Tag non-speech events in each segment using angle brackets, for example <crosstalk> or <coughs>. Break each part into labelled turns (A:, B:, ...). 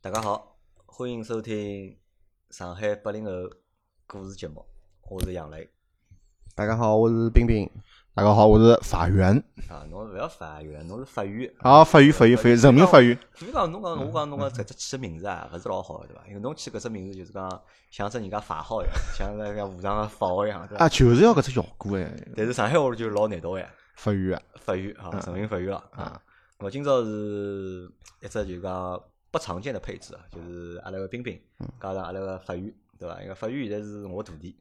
A: 大家好，欢迎收听上海八零后故事节目，我是杨磊。
B: 大家好，我是冰冰。
C: 大家好，我是法援。
A: 啊，侬勿要法院，侬是法院。
C: 啊，法院，法院，法院，人民法院。
A: 所以讲，侬讲我讲侬讲搿只起个名字啊，勿是老好，对伐？因为侬起搿只名字就是讲像只人家法号一样，像那个武场个法号一样，对伐？
C: 啊，就是要搿只效果哎，
A: 但是上海话就老难读哎，
C: 法院啊，
A: 法院啊，人民法院了
C: 嗯
A: 啊。那么今朝是一只就是讲不常见的配置啊，就是阿拉个冰冰
C: 嗯
A: 加上阿拉个法院，对伐？因为法院现在是我徒弟。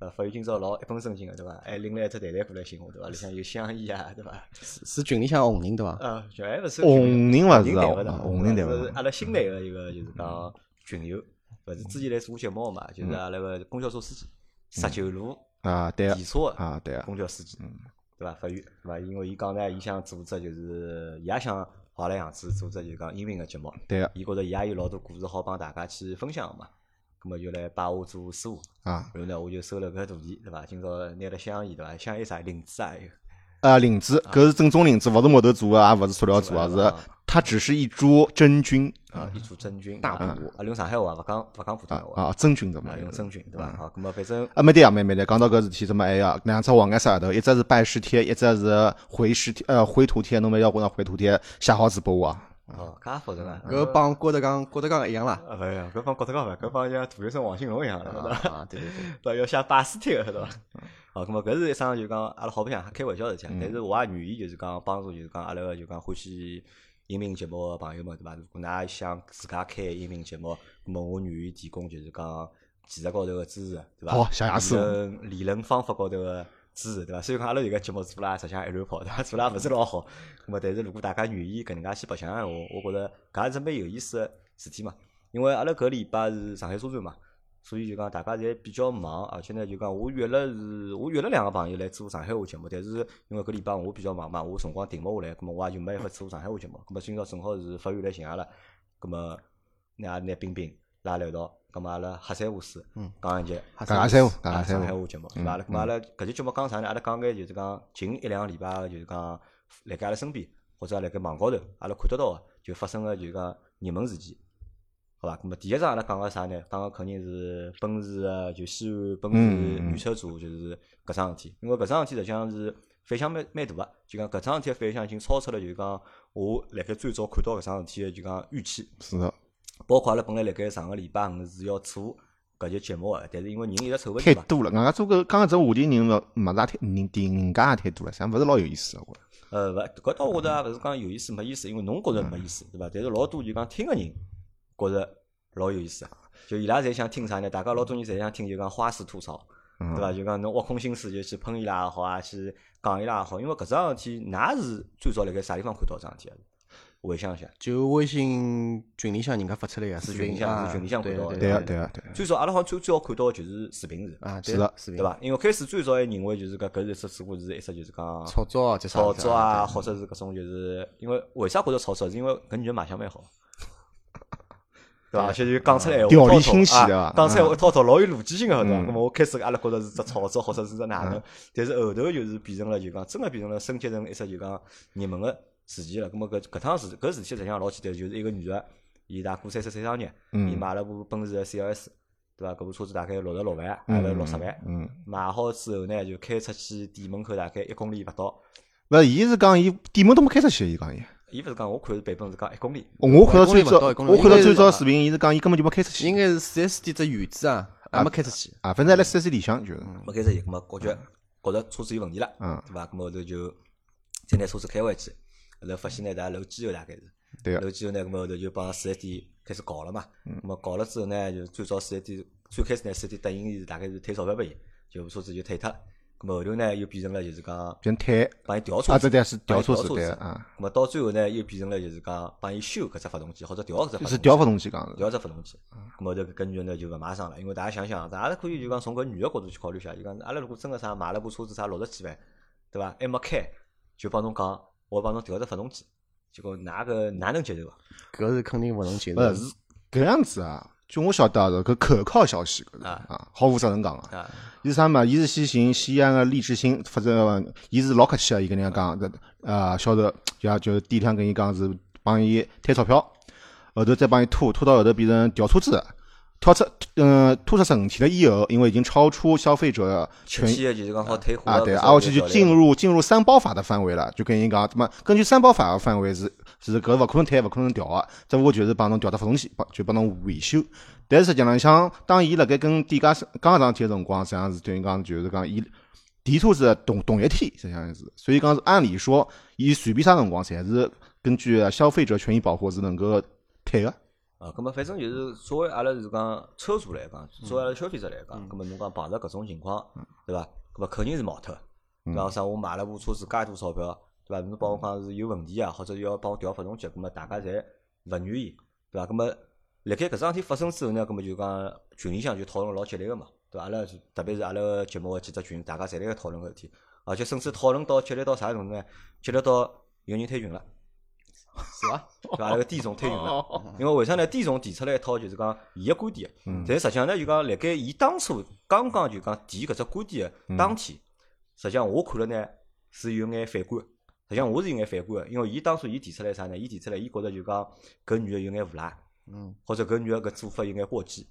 A: 呃，法院今朝老一本正经个对伐？还拎了一只袋袋过来寻我，对伐？里向有香烟啊，对伐？
B: 是是群里向红人对伐？
A: 啊，就还勿是
C: 红人勿是啊
A: 勿
C: 红红人对勿
A: 是
C: 是
A: 阿拉新来个一个就是讲群
C: 嗯
A: 友，勿是之前来做节目嘛，就是阿拉个公交车司机，十九路
C: 啊，嗯对啊
A: 电，车个
C: 啊，对啊，
A: 公交司机，嗯对伐？法语对伐？因为伊讲呢，伊想做只就是，伊也想好来样子做只就是讲音频个节目，
C: 对啊，
A: 伊觉着伊也有老多故事好帮大家去分享嘛，葛么就来拜我做师傅。
C: 啊，
A: 然后呢，我就收了搿徒弟，对伐？今朝拿了香烟，对伐？香烟啥领子啊？有
C: 啊，灵芝，搿是正宗灵芝，勿是木头做啊的，也勿是塑料做
A: 是
C: 的，
A: 吧
C: 是它只是一株真菌
A: 啊，一株真菌，
B: 大
A: 啊
B: 补
A: 啊，用上海话勿讲勿讲普通
C: 啊
A: 话
C: 啊，真菌怎么
A: 啊，
C: 样
A: 用？真菌对伐？好，咁么反正
C: 啊，没对啊，没没对，讲到搿事体，怎么哎呀，两只黄颜色额头，一只是拜师贴，一只是回师贴，呃，回图贴，侬勿要我上回图贴写好字拨我啊。
A: 哦，介复杂啊，
B: 搿帮郭德纲郭德纲一样啦。
A: 啊，勿呀，搿帮郭德纲勿，搿帮像大学生王兴龙一样了，
B: 啊，对对对，
A: 对伐？要写巴斯帖个对伐？
C: 嗯
A: 好，咁么搿是一桩就讲阿拉好白相开玩笑的事体啊，但是我也愿意就是讲帮助就是讲阿拉个就讲欢喜音频节目个朋友们对伐？如果㑚想自家开个音频节目，咁么我愿意提供就是讲技术高头个支持，对伐？
C: 好哦谢谢
A: 理
C: 师傅
A: 论理论方法高头个支持，对伐？虽然讲阿拉有个节目做啦，实际上一乱跑，对伐？做啦勿是老好。咁么，但是如果大家愿意搿能介去白相个闲话，我觉着搿也是蛮有意思个事体嘛。因为阿拉搿礼拜是上海车展嘛，所以就讲大家侪比较忙，而且呢就讲我约了是，我约了两个朋友来做上海话节目，但是因为搿礼拜我比较忙嘛，我辰光定勿下来，咁么我也就没办法做上海话节目。咁么今朝正好是法院来寻阿拉，咁么拿拿冰冰拉了一道，咁么阿拉黑三胡四讲一节
B: 哈
C: 嘎嘎三胡，嘎
A: 啊
C: 嘎
A: 上
C: 三
A: 海嗯
C: 胡，
A: 话节目，对伐？
C: 嗯
A: 咁阿拉搿期节目讲啥呢？阿拉讲眼就是讲近一两个礼拜个，就是讲辣盖阿拉身边或者辣盖网高头，阿拉看得到个就发生个就是讲热门事件，好伐？咁么第一桩阿拉讲个啥呢？讲个肯定是奔驰个就西安奔驰
C: 嗯嗯
A: 女车主就是搿桩事体，因为搿桩事体实际上是反响蛮蛮大个，就讲搿桩事体个反响已经超出了就是讲我辣盖最早看到搿桩事体个就讲预期。
C: <laughs> 是啊的，
A: 包括阿拉本来辣盖上个礼拜五是要做搿节节目个，但是因为人一直凑勿齐
C: 太
A: 嘛，
C: 多了。俺家做搿刚刚只话题人勿勿大太人人人家也太多了，实际上勿是老有意思啊的。我觉得
A: 呃，勿，搿倒我觉
B: 嗯
A: 着也勿是讲有意思没意思，因为侬觉着没意思，对伐？但是老多就讲听个人觉着老有意思，啊就伊拉侪想听啥呢？大家老多人侪想听就讲花式吐槽，
C: 嗯
A: 对伐？就讲侬挖空心思就去喷伊拉也好啊，去讲伊拉也好，因为搿桩事体，㑚是最早辣盖啥地方看到搿桩事体个？啊回想一下，
B: 就微信群里向人家发出来个
A: 是
B: 视
A: 群里
B: 频
A: 向
B: 啊
A: 是群里向
B: 对
A: 看到的
C: 对
B: 啊
C: 啊，对啊，对啊。
A: 最早阿拉好像最最早看到的就是视频是，
B: 啊，
C: 是
B: 对
C: 的
B: 视频
A: 对？伐？因为开始最早还认为就是讲搿是一只只不过是一只就是讲
B: 炒作啊，这啥
A: 炒作啊，
B: 对
A: 或者是搿种就是因为为啥觉着炒作？是因为搿女人卖相蛮 <laughs> 好，对伐？嗯而且就讲出来
C: 条
A: 话
C: 理
A: 滔滔
C: 清晰对
A: 啊
C: 伐，
A: 讲出来话滔滔老有逻辑性个，对伐？那么我开始阿拉觉着是只炒作或者是只哪能，但是后头就是变成了就讲真个变成了升级成一只就讲热门个事件了。那么搿搿趟事搿事体实际上老简单，就是一个女个，伊大过三十岁生日，
C: 嗯
A: 伊买了部奔驰个 CLS，对伐？搿部车子大概六十六万，还是六十万。
C: 嗯，
A: 买好之后呢，就开出去店门口大概一公里勿到。
C: 勿，伊是讲伊店门都没开出去，伊讲伊。
A: 伊勿是讲我看是版本是讲一公里，
C: 我看到最早，
B: 一公里勿到一公里
C: 我看到最早视频，伊是讲伊根本就没开出
B: 应
C: 去。
B: 该是四 S 店只原址啊，还没开出去。
C: 啊，反正辣四 S 里向就是，
B: 嗯
A: 没开出去，咁么觉着觉着车子有问题了，
C: 嗯
A: 对伐？咁么后头就再拿车子开回去，后头发现呢，大家漏机油大概是，
C: 对啊个
A: 漏机油呢，咁么后头就帮四 S 店开始搞了嘛，
C: 嗯
A: 咁么搞了之后呢，就最早四 S 店最开始呢，四 S 店答应伊是大概是退钞票拨伊，就部车子就退脱了，咁么后头呢又变成了就是讲
C: 变胎
A: 帮伊调车子，
C: 啊，这台是
A: 帮伊
C: 调车
A: 调
C: 子
A: 车
C: 对
A: 子，
C: 啊，
A: 咁么到最后呢又变成了就是讲帮伊修搿只发动机或者调搿只发动机，
C: 啊是调发动机讲的。
A: 调只发动机，
C: 嗯
A: 咁后头搿女个呢就勿买上了，因为大家想想，大家可以就讲从搿女个角度去考虑一下，就讲阿拉如果真个啥买了部车子啥六十几万，对伐？还没开，就帮侬讲，我帮侬调只发动机，结果哪个哪能接受啊？
B: 搿是肯定勿能接受
C: 勿
B: 的。
C: 是搿样子啊，就我晓得啊搿可靠消息搿是啊，毫无责任讲啊。
A: 啊，
C: 伊是啥嘛？伊是先寻西安个利志新，发正伊是老客气个，伊跟人家讲，呃，销售就就店里向跟伊讲是帮伊摊钞票。后头再帮伊拖，拖到后头变成调车子，跳出，嗯，拖出实体了以后，因为已经超出消费者
A: 七
C: 权益
A: 天就是讲好退货
C: 啊，对，
A: 搿
C: 挨下
A: 种
C: 去
A: 交
C: 就
A: 代
C: 进入进入三包法的范围了，就跟伊讲，怎么根据三包法的范围是是搿勿可能退，勿可能调个，只不过就是帮侬调到发动机，帮就帮侬维修。但是实际浪向，当伊辣盖跟店家讲搿桩事体个辰光，实际上是等于讲就是讲伊提出是同同一天，实际上是，所以讲是按理说，伊随便啥辰光侪是根据消费者权益保护是能够退个。
A: 啊，咁么反正就是作为阿拉是讲车主来讲，作为阿拉消费者来讲，咁么侬讲碰着搿种情况，对伐？咁么肯定是矛盾。对伐？啥我买了部车子介多钞票，对伐？侬帮我讲是有问题啊，或者要帮我调发动机，咁么大家侪勿愿意，对伐？咁么辣盖搿桩事体发生之后呢，咁么就讲群里向就讨论老激烈个嘛，对伐？阿拉就特别是阿拉个节目个几只群，大家侪辣盖讨论搿事体，而且甚至讨论到激烈到啥程度呢？激烈到有人退群了。
B: 是伐？
A: 对伐？那个弟总推群了，因为为啥呢？弟总提出来一套就是讲伊个观点，
C: 嗯
A: 但实际上呢，就讲辣盖伊当初刚刚就讲提搿只观点个当天，实际上我看了呢是有眼反感的。实际上我是有眼反感个，因为伊当初伊提出来啥呢？伊提出来，伊觉着就讲搿女个有眼无赖，
B: 嗯，
A: 或者搿女个搿做法有眼过激，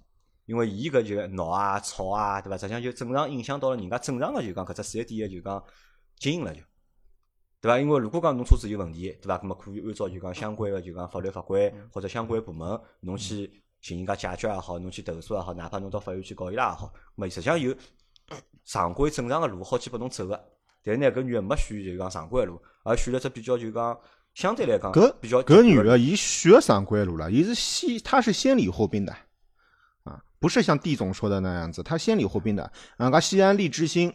A: 因为伊搿就闹啊、吵啊，对伐？实际上就正常影响到了人家正常个就讲搿只四 S 店个就讲经营了就。对伐？因为如果讲侬车子有问题，对伐？那么可以按照就讲相关个就讲法律法规
C: 嗯
A: 或者相关部门，侬去寻人家解决也好，侬去投诉也好，哪怕侬到法院去告伊拉也好，那么实际上有常规正常个路好去拨侬走个。但是呢，搿女个没选就讲常规个路，而选了只比较就讲相对来讲
C: 搿
A: 比较
C: 搿女的，伊学上归路了，伊是先，她是先礼后兵的，啊，不是像地总说的那样子，她先礼后兵的。人家西安利之星，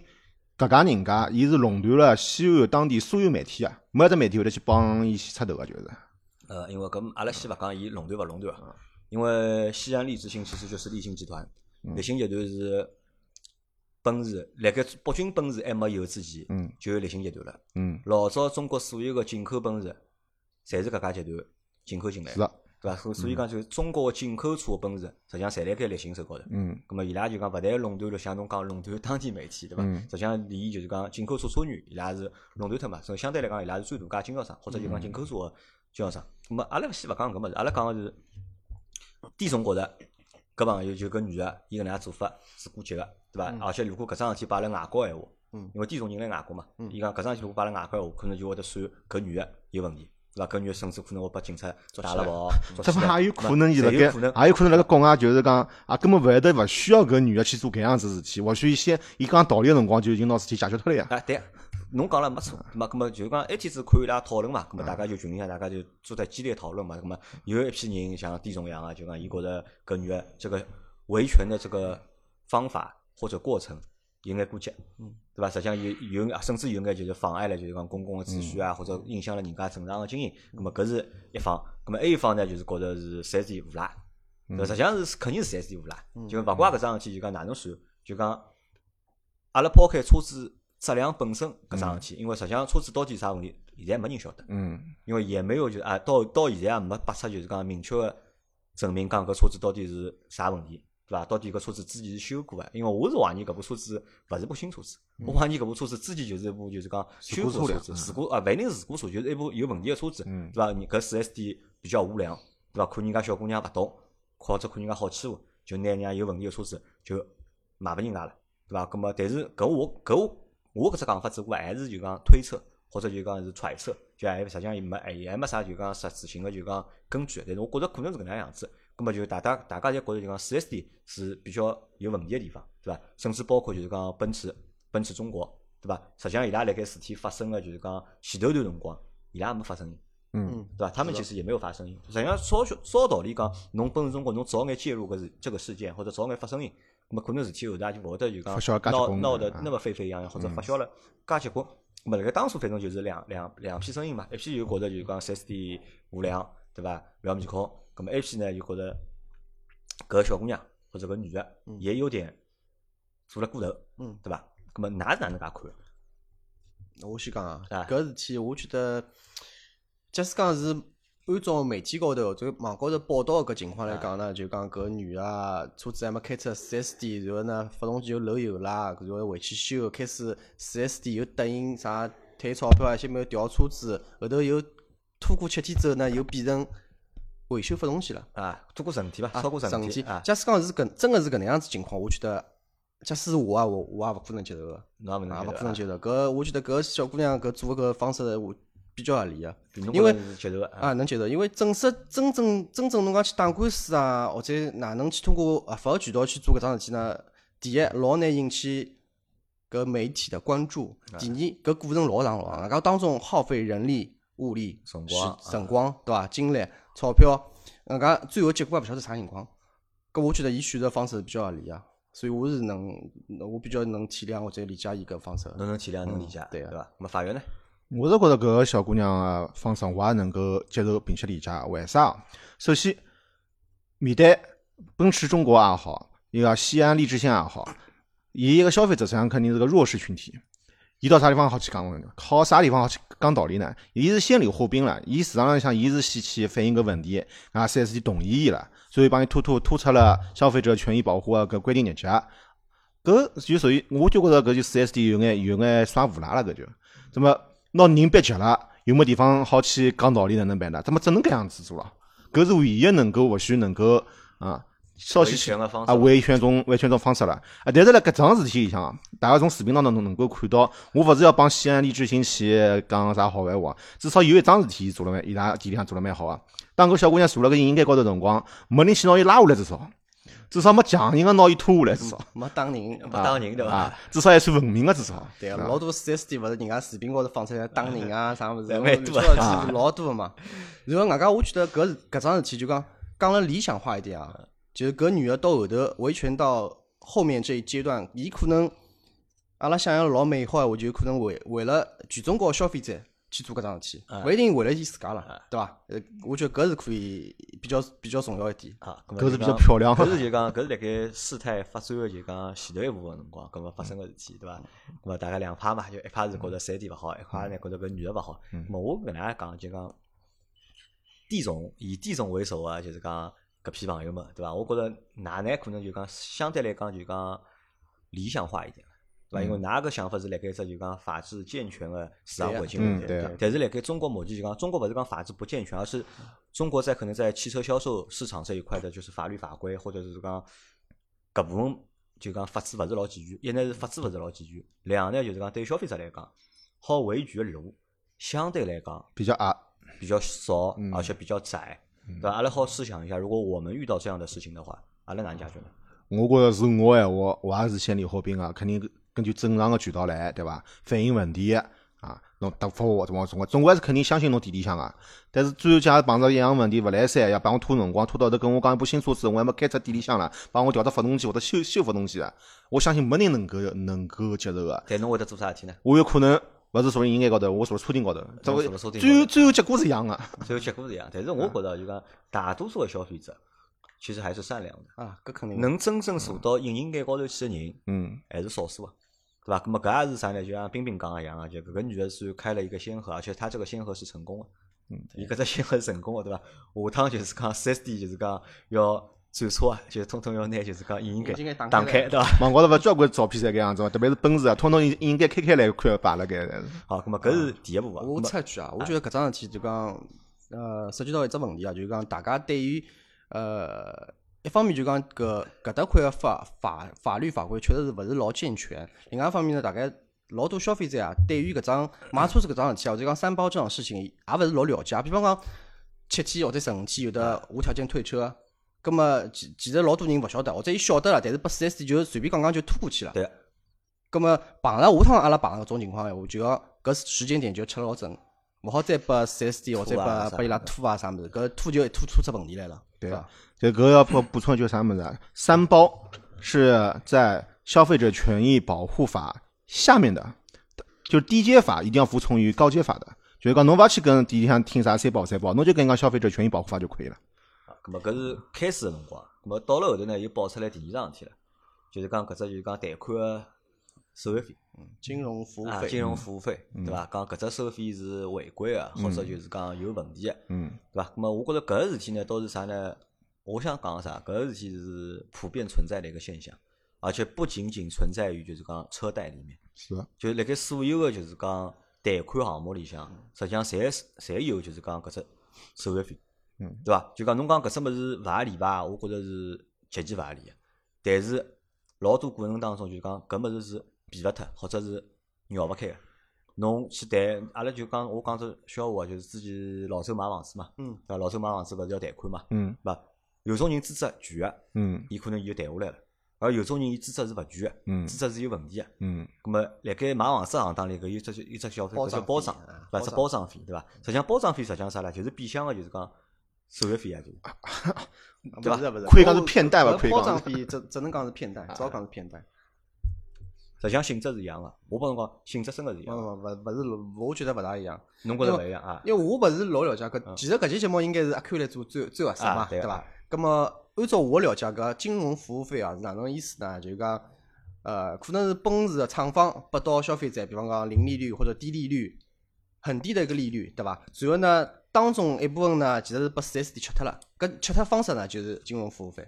C: 搿家人家，伊是垄断了西安当地所有媒体啊，没一只媒体会得去帮伊去插头啊，就是。
A: 呃，因为搿阿拉先勿讲伊垄断勿垄断
C: 嗯
A: 啊，因为西安利之星其实就是立信集团，
C: 嗯
A: 立信集团是奔驰，辣盖北京奔驰还没有之前，
C: 嗯
A: 就有立信集团了。
C: 嗯，
A: 老早中国所有个进口奔驰，侪是搿家集团进口进来
C: 是
A: 的，
C: 的，嗯
A: 对伐？所所以讲就是中国个进口车奔驰，实际上侪辣盖立信手高头。
C: 嗯
A: 咁么伊拉就讲勿但垄断了，像侬讲垄断当地媒体，对伐？
C: 嗯
A: 实际上伊就是讲进口车车源，伊拉是垄断脱嘛，所以相对来讲伊拉是最大家经销商，或者就
C: 嗯
A: 讲进口车个经销商。咁么阿拉先勿讲搿物事，阿拉讲个是，地总觉着搿朋友就搿女个，伊搿能介做法是过激个，对
C: 嗯
A: 伐？而且如果搿桩事体摆辣外国闲话，
B: 嗯
A: 因为地总人辣外国嘛，
C: 嗯
A: 伊讲搿桩事体如果摆辣外国闲话，可能就会得算搿女个有问题。对伐？搿女个甚至可能会被警察打了跑，
C: <laughs>
A: 抓
C: 啊这
A: 起
C: 不
A: 来
C: 也有可能伊辣
A: 侪有可能
C: 盖，也有可能辣盖国外就是讲啊，根本勿会得勿需要搿女的去做搿样子事体，或许伊先伊讲道理个辰光就已经拿事体解决脱了呀。
A: 啊，对，侬讲了没错，那么那么就讲一天子看伊拉讨论嘛，那么大家就群里向大家就做得激烈讨论嘛，那么有一批人像地总一样啊，就讲伊觉着搿女的这个维权的这个方法或者过程有眼过激，嗯，对伐？实际上有有眼甚至有眼就是妨碍了就是讲公共的秩序啊，或者影响了人家正常的经营，那么搿是一方，那么还有一方呢就是觉着是四 S 店无赖，对伐，实际上是肯定是四 S 店无赖，就讲勿怪搿桩事体，就讲哪能算，就讲。阿拉抛开车子质量本身搿桩事体，因为实际上车子到底啥问题，现在没人晓得，
C: 嗯
A: 因为也没有就是啊，到到现在也没拨出就是讲明确个证明，讲搿车子到底是啥问题，对伐？到底搿车子之前是修过个？因为我是怀疑搿部车子勿是部新车子，我怀疑搿部车子之前就是一部就是讲嗯修过的车子，事故啊，勿一定是事故车，就是一部有问题个车子，
C: 嗯
A: 对伐？你搿四 S 店比较无良，对伐？看人家小姑娘勿懂，或者看人家好欺负，就拿人家有问题个车子就卖拨人家了。对伐？咁么，但是搿我搿我我搿只讲法，只不过还是就讲推测，或者就讲是揣测，就还实际上也没也还没啥就讲实质性个就讲根据。但是我觉着可能是搿能样子。咁么就大家大家侪觉着就讲四 S 店是比较有问题个地方，对伐？甚至包括就是讲奔驰奔驰中国，对伐？实际上伊拉辣盖事体发生个就是讲前头段辰光，伊拉也没发声音。
C: 嗯
A: 对吧？他们其实也没有发声音。实际上，稍许稍道理讲，侬奔驰中国，侬早眼介入搿事这个事件，或者早眼发声音，那么可能事体后头也就勿会得就
C: 发酵
A: 讲
C: 得介结
A: 闹
C: 棍
A: 闹得
C: 啊
A: 那么沸沸扬扬，或者发
B: 嗯
A: 酵了介结棍。那么辣盖当初反正就是两两两批声音嘛，一批就觉着就讲4 S 店无良，对伐？勿要面孔。那么一批呢就觉着搿小姑娘或者搿女的也有点做了过头，
B: 嗯
A: 对伐？那么㑚是哪能介看？
B: 我先讲啊，
A: 啊
B: 搿事体我觉得，假使讲是按照媒体高头、这个网高头报道搿情况来讲呢，就讲搿女啊，车子还没开出四 S 店，然后呢，发动机又漏油啦，然后回去修，开始四 S 店又答应啥退钞票啊，先没有调车子，后头又拖过七天之后呢，又变成维修发动机了。
A: 啊，做过成绩伐？
B: 啊
A: 超过成
B: 成
A: 绩
B: 绩
A: 啊，，
B: 假使讲是搿真个是搿能样子情况，我觉得，假使是我啊，我我也勿可能接受个，
A: 侬也勿
B: 也
A: 能
B: 勿
A: 接
B: 可
A: 受
B: 能
A: 啊，
B: 接受。搿我觉得搿小姑娘搿做搿方式，我比较合理个，
A: 侬
B: 因
A: 觉
B: 为
A: 得是接受个啊，
B: 啊能接受，因为正式真正真正侬讲去打官司啊，或者哪能去通过合法个渠道去做搿桩事体呢？第一，老难引起搿媒体的关注；
A: 啊
B: 第二，搿过程老长老长，搿当中耗费人力、物力、
A: 辰光啊
B: 时辰光对伐？精力、钞票，人家最后结果也勿晓得啥情况。搿我觉得伊选择方式比较合理啊，所以我是能，我比较能体谅或者理解伊搿方
C: 嗯
B: 式。
A: 侬能体谅，能理解，
B: 对
A: 对
B: 啊
A: 伐？那么法院呢？
C: 我是觉着搿个小姑娘个方式，我也能够接受并且理解。为啥？首先，面对奔驰中国也好，伊个西安、利志县也好，伊一个消费者实际上肯定是个弱势群体。伊到啥地方好去讲呢？好啥地方好去讲道理呢？伊是先礼后兵了，伊市场浪向伊是先去反映搿问题，啊四 S 店同意伊了，所以帮伊突突突出了消费者权益保护个啊搿规定日节。搿就属于我就觉着搿就四 S 店有眼有眼耍无赖了，搿就。怎么拿人逼急了，又没地方好去讲道理，哪能办呢？怎么只能搿样子做了？搿是唯一能够或许能够啊，稍
A: 维
C: 许
A: 权个方式
C: 啊，维权种维权种方式了啊。但是辣搿桩事体里向啊，大家从视频当中能够看到，我勿是要帮西安利志新去讲啥好闲话，至少有一桩事体伊做了蛮，伊拉店里向做了蛮好啊。当搿小姑娘坐辣搿阴间高头辰光，没人去拿伊拉下来，至少至少没强行个拿伊拖下来，至少
B: 没打人，
A: 没打人对伐
C: 啊？，至少还算文明个，至少
B: 对啊，
C: 是吧
B: 老多四 S 店勿是人家视频高头放出来打
C: <laughs>
B: 人啊啥物事，
A: 对
B: 我
A: 蛮多
B: 乱七
C: 啊
B: 八糟的老多个嘛。然后外加我觉得搿是搿桩事体就讲讲了理想化一点啊，
C: 嗯
B: 就是搿女的到后头维权到后面这一阶段，伊可能阿拉想要老美好，我就有可能为为了全中国的消费者去做搿桩事体，
C: 嗯
B: 勿一定为了伊自家了，对伐？呃，我觉得搿是可以比较比较重要一点。
A: 啊，
C: 搿是比较
A: 漂。
C: 漂亮个
A: 搿。是就讲，搿是辣盖事态发展个就讲前头一部分辰光，搿么发生个事体，对伐？
C: 嗯
A: 搿么大概两派嘛，就一派是觉着三 D 勿好，一派呢觉着搿女个勿好。
C: 嗯
A: 咾么我搿能介讲，就讲地总以地总为首啊，就是讲搿批朋友们，对伐？我觉着㑚呢可能就讲相对来讲就讲理想化一点。对
C: 嗯
A: 伐？因为㑚个想法是辣盖一只就讲法治健全个市场
B: 对啊
A: 环境里
C: 嗯
A: 面，
C: 对啊
A: 但是辣盖中国目前就讲，中国勿是讲法治不健全，而是中国在可能在汽车销售市场这一块的，就是法律法规或者是讲搿部分就讲法制勿是老健全。一呢是法制勿是老健全，两呢就是讲对于消费者来讲，好维权的路相对来讲
C: 比较啊矮。
A: 比较少
C: 嗯，
A: 而且比较窄，对伐？阿拉好试想一下，如果我们遇到这样的事情的话，阿拉哪能解决呢？
C: 我觉着是我闲话，我也是先礼后兵啊，肯定根据正常个渠道来，对伐？反映问题啊，侬答复我怎么怎么，总归是肯定相信侬店里向个。但是最后假如碰着一样问题勿来三，要帮我拖辰光，拖到头跟我讲一部新车子，我还没开出店里向了，帮我调到发动机或者修修发动机了，我相信没人能够能够接受个。
A: 但侬会得做啥事体呢？
C: 我有可能勿是坐辣人眼高头，我坐辣车顶高头，
A: 侬
C: 会
A: 坐辣车顶高头
C: 最后最后结果是一样个。啊
A: 最后结果是一样，但是我觉得就讲大多数的消费者其实还是善良的，
B: 啊，搿肯定
A: 能真正
B: 嗯
A: 坐到隐形眼高头去的人
C: 嗯，
A: 还是少数啊，对吧？那么搿也是啥呢？就像冰冰讲的一样啊，就搿个女的是开了一个先河，而且她这个先河是成功的，
C: 嗯，
A: 伊搿只先河是成功的，对吧？下趟就是讲四 S 店就是讲要转车啊，就是通通要拿就是讲隐
B: 隐形
A: 形
B: 眼
A: 眼
B: 打开
A: 打开，
B: 来
A: 对吧？
C: 网高头勿交关照片侪搿样子嘛，特别是奔驰啊，统统应应该开开来看摆辣盖。
A: 好，那么搿是第一步啊。
B: 我
A: 那么
B: 插一句啊，我觉得搿桩事体就讲，呃，涉及到一只问题啊，就是讲大家对于呃一方面就讲搿搿搭块个法法法律法规确实是勿是老健全，另外一方面呢，大概老多消费者啊，对于搿桩买车子搿桩事体啊，或者讲三包这种事情，也勿是老了解。啊比方讲七天或者十五天有
A: 哎
B: 的无条件退车。葛么，其其实老多人勿晓得，或者伊晓得了，但是拨四 S 店就随便讲讲就拖过去了。
A: 对，
B: 咁么碰着下趟阿拉碰着搿种情况闲话，就要搿时间点就要吃老准，勿好再拨四 S 店或者
A: 拖啊啥
B: 拨拨伊拉拖啊啥物事，搿拖就拖拖出问题来了，
C: 对
B: 对
C: 啊
B: 伐？
C: 就搿要补补充一句啥么子啊？三包是在消费者权益保护法下面的，就是低阶法一定要服从于高阶法的。就是讲侬勿要去跟店里向听啥三包三包，侬就跟人家消费者权益保护法就可以了。
A: 咁么搿是开始个辰光，咁么到了后头呢，又爆出来第二桩事体了，就是讲搿只就是讲贷款个手续费。
B: 金融服务
A: 啊，
B: 费，
A: 金融服务费，对伐？讲搿只收费是违规个，或者就是讲有问题个，
C: 嗯，
A: 对伐？那么我觉着搿个事体呢，倒是啥呢？我想讲个啥？搿个事体是普遍存在的一个现象，而且不仅仅存在于就是讲车贷里面，
C: 是的，
A: 就是辣盖所有个就是
C: 嗯
A: 讲贷款项目里向，实际上侪是侪有就是讲搿只手续费。
C: 嗯，
A: 对伐？就讲侬讲搿只物事勿合理伐？我觉着是极其勿合理个。但是老多过程当中，就讲搿物事是避勿脱，或者是绕勿开个。侬去谈，阿拉就讲我讲只笑话，就是之前老周买房子嘛，
B: 嗯，
A: 对伐？老周买房子勿是要贷款嘛，
C: 嗯
A: 对伐？有种人资质全个，
C: 嗯
A: 伊可能伊就谈下来了，而有种人伊资质是勿全个，
C: 嗯
A: 资质是有问题个。
C: 嗯
A: 咁么，辣盖买房子行当里搿有只有只消费，
B: 包
A: 搿叫
B: 装
A: 包
B: 费
A: 装
B: 啊，
A: 对伐？
B: 包
A: 只
B: 装
A: 包装费，对伐？实际上包装费实际上啥呢？就是变相个，就是讲手续费啊，就是对吧
B: 啊不是不是，
C: 可以讲是啊骗贷吧
B: 包
C: 可以
B: 包
C: 讲
B: 装费只只能讲是骗贷，只好讲是骗贷。
A: 实际上性质是一样个。我帮侬讲，性质真个是一
B: 不
A: 样的。
B: 不不不是，我觉得勿大一样。
A: 侬觉着勿一样啊？
B: 嗯
A: 嗯
B: 因为我勿是老了解搿，其实搿期节目应该是阿 Q 来做最最合适嘛，
A: 啊对
B: 对
A: 啊
B: 伐？葛么按照我了解搿金融服务费啊是哪能意思呢？就是讲，呃，可能是奔驰个厂方拨到消费者，比方讲零利率或者低利率，很低的一个利率，对伐？然后呢，当中一部分呢其实是被 4S 店吃脱了，搿吃脱方式呢就是金融服务费，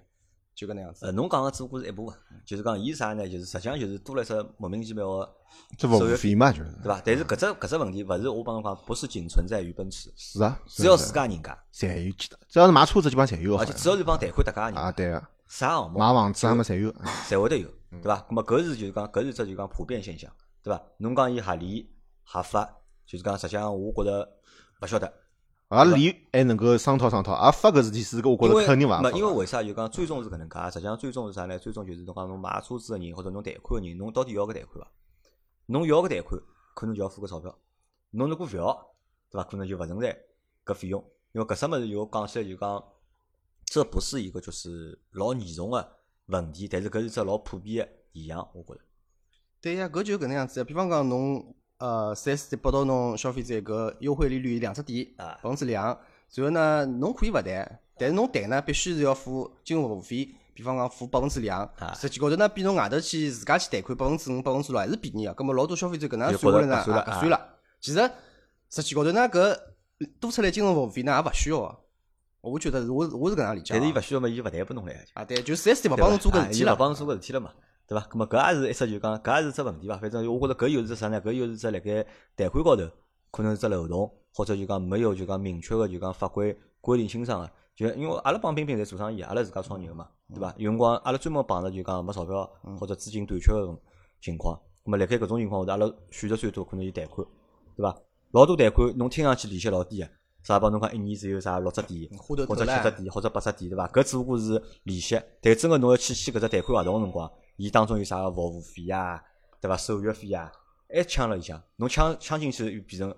B: 就搿能样子。
A: 呃，侬讲个只不过是一部分，就是讲伊啥呢？就是实际上就是多了一只莫名其妙个，
C: 这服务费嘛，就是
A: 对伐？但是搿只搿只问题勿是我帮侬讲，不是仅存在于奔驰，
C: 是啊，
A: 只要自家人家，
C: 侪有，只要是买车子基本上侪有
A: 而且，
C: 个
A: 只要嗯是帮贷款搭界个
C: 啊
A: 人，
C: 对啊，
A: 啥项目
C: 买房子他们侪有，啊
A: 侪会得有，对伐？那么搿是就是讲搿是只就是讲普遍现象，对伐？侬讲伊合理合法，就是讲实际上我觉着勿晓得，
C: 阿拉理还啊哎能够商讨商讨，啊发搿事体是个我觉
A: 因为
C: 着肯定勿合
A: 没
C: 法
A: 因为为啥就讲最终是搿能介？啊实际上最终是啥呢？最终就是侬讲侬买车子个人或者侬贷款个人，侬到底要搿贷款伐？侬要搿贷款，可能就要付搿钞票。侬如果勿要，对伐？可能就勿存在搿费用，因为搿啥物事就讲起来就讲，这不是一个就是老严重个问题，但是搿是只老普遍个现象，我觉着。
B: 对呀，搿就搿能样子呀。比方讲，侬呃四 S 店拨到侬消费者搿优惠利率两只点，
A: 啊
B: 百分之两。然后呢，侬可以勿谈，但是侬谈呢，必须是要付金融服务费，比方讲付百分之两。
A: 啊
B: 实际高头呢，比侬外头去自家去贷款百分之五、百分之六还是便宜个。葛末老多消费者搿能
A: 就
B: 样算下来
A: 觉
B: 呢，
A: 得不算了
B: 啊勿
A: 啊
B: 算了。其实实际高头呢，搿多出来金融服务费呢也勿需要个。我觉得是我是我是搿能样理解啊。
A: 但是伊勿需要嘛，伊勿谈拨侬来个。
B: 啊，对，就四 S 店勿帮侬做搿事体
A: 了，
B: 了
A: 哎勿。帮侬做搿事体了嘛，对伐？咁么搿也是一只就讲，搿也是只问题伐？反正我觉着搿又是只啥呢？搿又是只辣盖贷款高头可能是只漏洞，或者就讲没有就讲明确个就讲法规规定清爽个。就因为阿拉帮冰冰侪做生意，阿拉自家创业个嘛，
B: 嗯
A: 对伐？有辰光阿拉专门碰着就讲没钞票或者资金短缺个情况，咁么辣盖搿种情况下头，阿拉选择最多可能有贷款，对伐？老多贷款，侬听上去利息老低个，啥帮侬讲一年只有啥六只点，
B: 花头
A: 或者
B: 头
A: 七
B: 了
A: 只点，或者八只点，对伐？搿只不过是利息，但真个侬要去签搿只贷款合同个辰光，伊当中有啥服务费啊，对伐？手续费啊，还呛了里向，侬呛呛进去又变成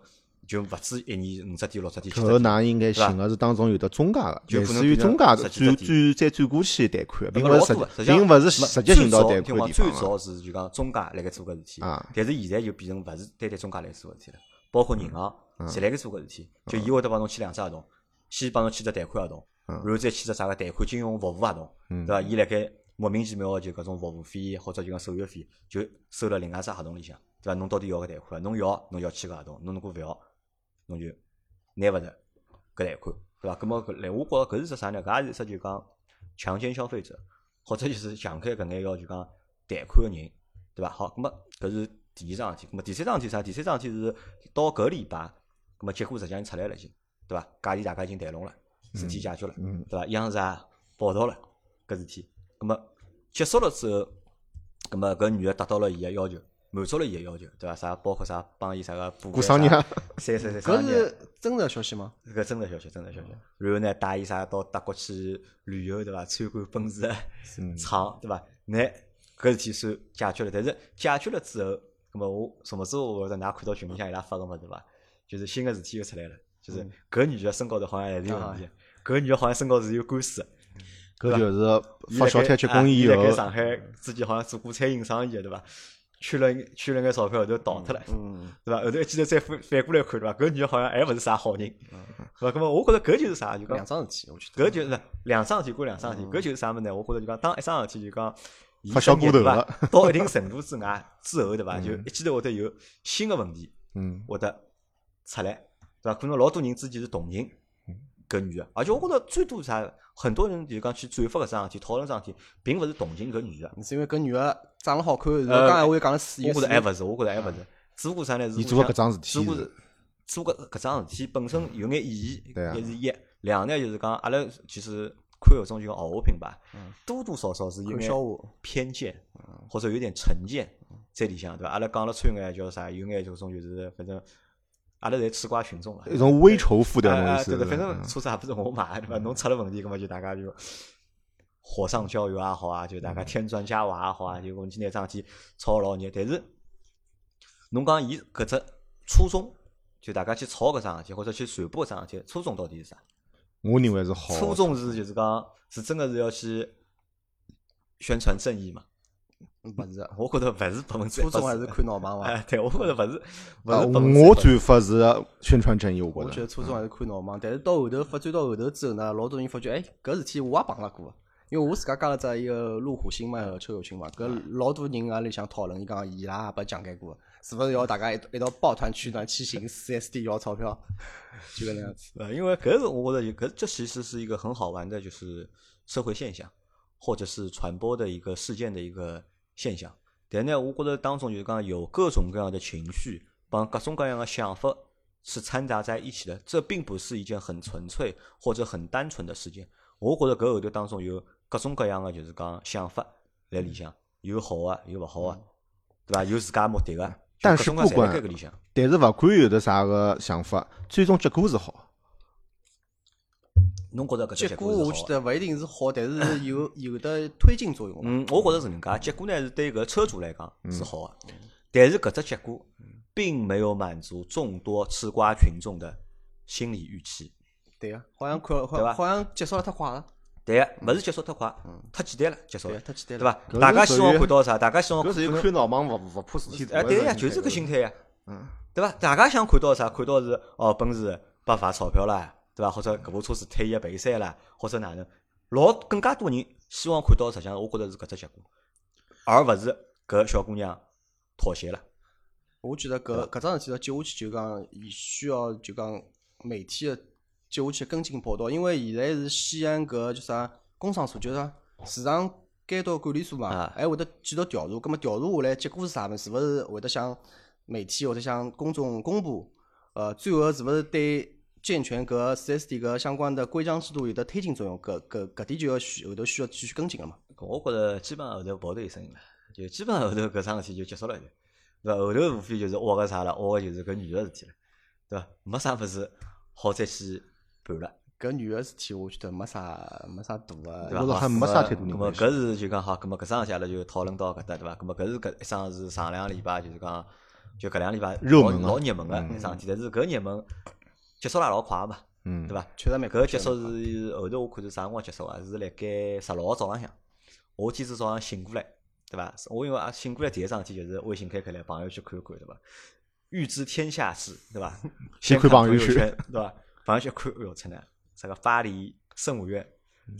A: 就勿止一年五只点、六只点、七
C: 搿
A: 只
C: 个
A: 点。
C: 㑚应该
A: 对吧
C: 寻个是当中有的中介个，
A: 就
C: 类
A: 可能
C: 似于
A: 比较
C: 中介的
A: 实际
C: 转
A: 质
C: 转再转过去贷款，并
A: 搿
C: 勿
A: 个
C: 是
A: 老
C: 实
A: 多的实际上
C: 际，并勿是
A: 没
C: 实际寻到贷
A: 最早
C: 款的地
A: 最
C: 方啊。
A: 早是就讲中介辣盖做搿事体
C: 啊，
A: 但是现在就变成勿是单单中介辣盖做搿事体了，包括银行
C: 嗯
A: 侪辣盖做搿事体，就伊会得帮侬签两只合同，先帮侬签只贷款合同，
C: 嗯
A: 然后再签只啥个贷款金融服务合同，对
C: 嗯
A: 伐？伊辣盖莫名其妙个就搿种服务费或者就讲手续费，就收了另外只合同里向，对伐？侬到底要搿贷款伐？侬要侬要签搿合同，侬如果勿要，侬就拿勿着搿贷款，对伐？葛末搿来我觉着搿是只啥呢？搿也是一只就讲强奸消费者，或者就是强奸搿眼要就讲贷款个人，对伐？好，葛末搿是第二桩事体。葛末第三桩事体啥？第三桩事体是到搿礼拜，葛末结果实际上已经出来了已经，对伐？价钿大家已经谈拢了，事体解决了，
C: 嗯
A: 对伐？央视也报道啊了搿事体，葛末结束了之后，葛末搿女个达到了伊个要求。满足了伊个要求，对伐？啥包括啥帮伊啥个补
C: 过
A: 办
C: 生日
A: 啥
C: 啊，
A: 三三三
B: 搿
A: 生日，
B: 是真个消息
A: <laughs>
B: 吗？
A: 搿真个消息，真个消息。然后呢，带伊啥到德国去旅游，对伐？参观奔驰
B: 嗯
A: 个
C: 嗯
A: 厂，对伐？那搿事体算解决了，但是解决了之后，葛末我什么时候会得㑚看到群里向伊拉发个物事伐？就是新个事体又出来了，
B: 嗯
A: 就是搿女个身高头好像还是有问题，搿女个好像身高是有官司个。
C: 搿就是
A: 伊
C: 发
A: 辣
C: 小
A: 盖
C: 贴结
A: 啊
C: 棍以
A: 伊辣
C: 后
A: 盖，上海之前好像做过餐饮生意个，对伐？圈了圈了眼钞票后头逃脱了。
B: 嗯，
A: 对伐？后头一记头再反反过来看，对伐？搿女个好像还勿是啥好人，
C: 嗯
A: 对伐？咁么我觉着搿就是啥，就讲
B: 两桩事体，我觉得。
A: 搿就是两桩事体归两桩事体，搿就是啥物事呢？我觉着就讲，当一桩事体就讲伊
C: 嗯发小
A: 职业
C: 骨头
A: 对伐
C: 了
A: 到一定程度之外之后，对伐？就一记头会得有新个问题
C: 嗯，
A: 会得出来，对伐？可能老多人之前是同情搿女个，而且我觉着最多是啥，很多人就讲去转发搿桩事体、讨论桩事体，并勿是同情搿女个，
B: 是因为搿女个长得好看，然后
A: 呃
B: 讲闲话又讲了水，
A: 我
B: 有
A: 觉着
B: 水
A: 还
B: <laughs>
A: 勿是，我觉着还勿是，只不过啥呢？是
C: 伊
A: 互
C: 啊做了
A: 相
C: 搿桩事体
A: 只不过
C: 是
A: 是做搿搿桩事体本身有眼意义，
C: 对啊
A: 也是一。两呢就是讲阿拉其实看搿种就豪华品牌，
C: 嗯
A: 多多少少是有
B: 看
A: 眼
B: 笑话，
A: 偏见或者有点成见在里向，对伐？阿拉讲了穿眼叫啥，有眼这种就是反正阿拉侪吃瓜群
C: <laughs>
A: 众了。
C: 一种嗯微仇富的
A: 啊
C: 东
A: 啊
C: 西，
A: 对
C: 是
A: 的，
C: 吧
A: 反正车子也不是我买，
C: 嗯
A: 对伐？侬出了问题，葛么就大家就火上浇油也好啊，就大
C: 嗯
A: 家添砖加瓦也好啊，就我们今天桩事体吵老热。但是侬讲伊搿只初衷，就大家去吵搿桩事体，或者去传播搿桩事体，初衷到底是啥？
C: 嗯我认为是好的。啊
A: 初衷是就是讲是真个是要去宣传正义嘛？
B: 勿是啊， <laughs>
A: 我觉得勿是百分之
B: 初中还
A: 100%
B: 是看闹忙伐？
A: 哎，对，我觉得勿是，勿
C: 啊
A: 是百分之
C: 我
A: 100%
C: 转发是宣传正义，我
B: 我
C: 觉
B: 觉
C: 得
B: 得初中还是看闹忙，但是到后头发展到后头之后呢，老多人发觉，哎，搿事体我也碰了过。啊因为我自家加了只一个路虎新迈和车友群嘛，搿老多人啊里向讨论，伊讲伊拉也拨讲解过，是勿是要大家一一道抱团取暖去寻 4S 店要钞票，就搿能样子。
A: 呃，因为搿是我觉得有，搿这其实是一个很好玩的，就是社会现象，或者是传播的一个事件的一个现象。但呢，我觉得当中就是讲有各种各样的情绪，帮各种各样的想法是掺杂在一起的。这并不是一件很纯粹或者很单纯的事件。我觉得搿后头当中有各种各样的就是讲想法在
C: 嗯
A: 里向，有好的、有勿好的、对伐？有自家目的的，就
C: 但
A: 各
C: 是
A: 种各
C: 不
A: 样侪
C: 管
A: 在搿个里向。
C: 但是勿管有的啥个想法，最终结果是好。
A: 侬觉着搿只
B: 结
A: 结
B: 果
A: 果是好
B: 我觉
A: 的
B: 得勿一定是好，但 <laughs> 是有有的推进作用啊嘛。
A: 嗯，我觉着是搿能介，结果呢是对搿车主来讲
C: 嗯
A: 是好的，但是搿只结果并没有满足众多吃瓜群众的心理预期。
B: 对个，好像看
A: 对
B: 好
A: 伐
B: 好像结束了太快了，
A: 对个，勿是结束太快，
C: 嗯
A: 太简单了，结束
B: 对
A: 了
B: 个，，太
A: 对
B: 简单了。
A: 伐
C: 搿？是
A: 大家希望
C: 属于
A: 看到啥？大家希望看到
C: 看闹忙勿勿怕事体
A: 哎，对呀，就是搿心态呀，
C: 嗯，
A: 对伐？大家想看到啥？看到是哦，奔驰被罚钞票啦，对伐？或者搿部车子退役赔三啦，或者哪能？老更加多人希望看到，实际上我觉着是搿只结果，而勿是搿小姑娘妥协了。
B: 我觉得搿搿桩事体要接下去就讲，伊需要就讲媒体的接下去跟进报道，因为现在是西安搿叫啥工商所，就是市场监督管理所嘛
A: 啊，
B: 还会得继续调查，葛末调查下来结果是啥物事，是勿是会得向媒体或者向公众公布？呃，最后是勿是对健全搿 4S 店搿相关的规章制度有得推进作用？搿搿搿点就要需后头需要继续跟进了嘛？
A: 我觉着基本上后头跑头有声音了，就基本上后头搿桩事体就结束了就，对伐？后头无非就是挖个啥了，挖个就是搿女个事体了，对伐？没啥物事好再去盘了，
B: 搿女个事体，我觉得没啥没啥大个，
A: 对伐？
C: 我觉着
A: 好
C: 还没啥太多
A: 啊
C: 人
A: 那么
C: 关
A: 搿是就讲好，搿么搿桩事体阿拉就讨论到搿搭，对伐？搿么搿是搿一桩是上两个礼拜就是讲，就搿两个礼拜
C: 热
A: 老
C: 门啊
A: 老热门个一桩事体，但是搿热门结束了也老快个嘛，
C: 嗯
A: 对，伐？
B: 确实蛮
A: 搿结束是后头我看是啥辰光结束啊？是辣盖十六号早浪向，我今朝早上醒过来，对伐？我因为啊醒过来第一桩事体就是微信开开来朋友圈看一看，对伐？欲知天下事，对伐？
C: 先看
A: 看
C: 朋友
A: 友
C: 圈，
A: 对伐？朋友圈看，哎哟，天哪！啥个巴黎圣母院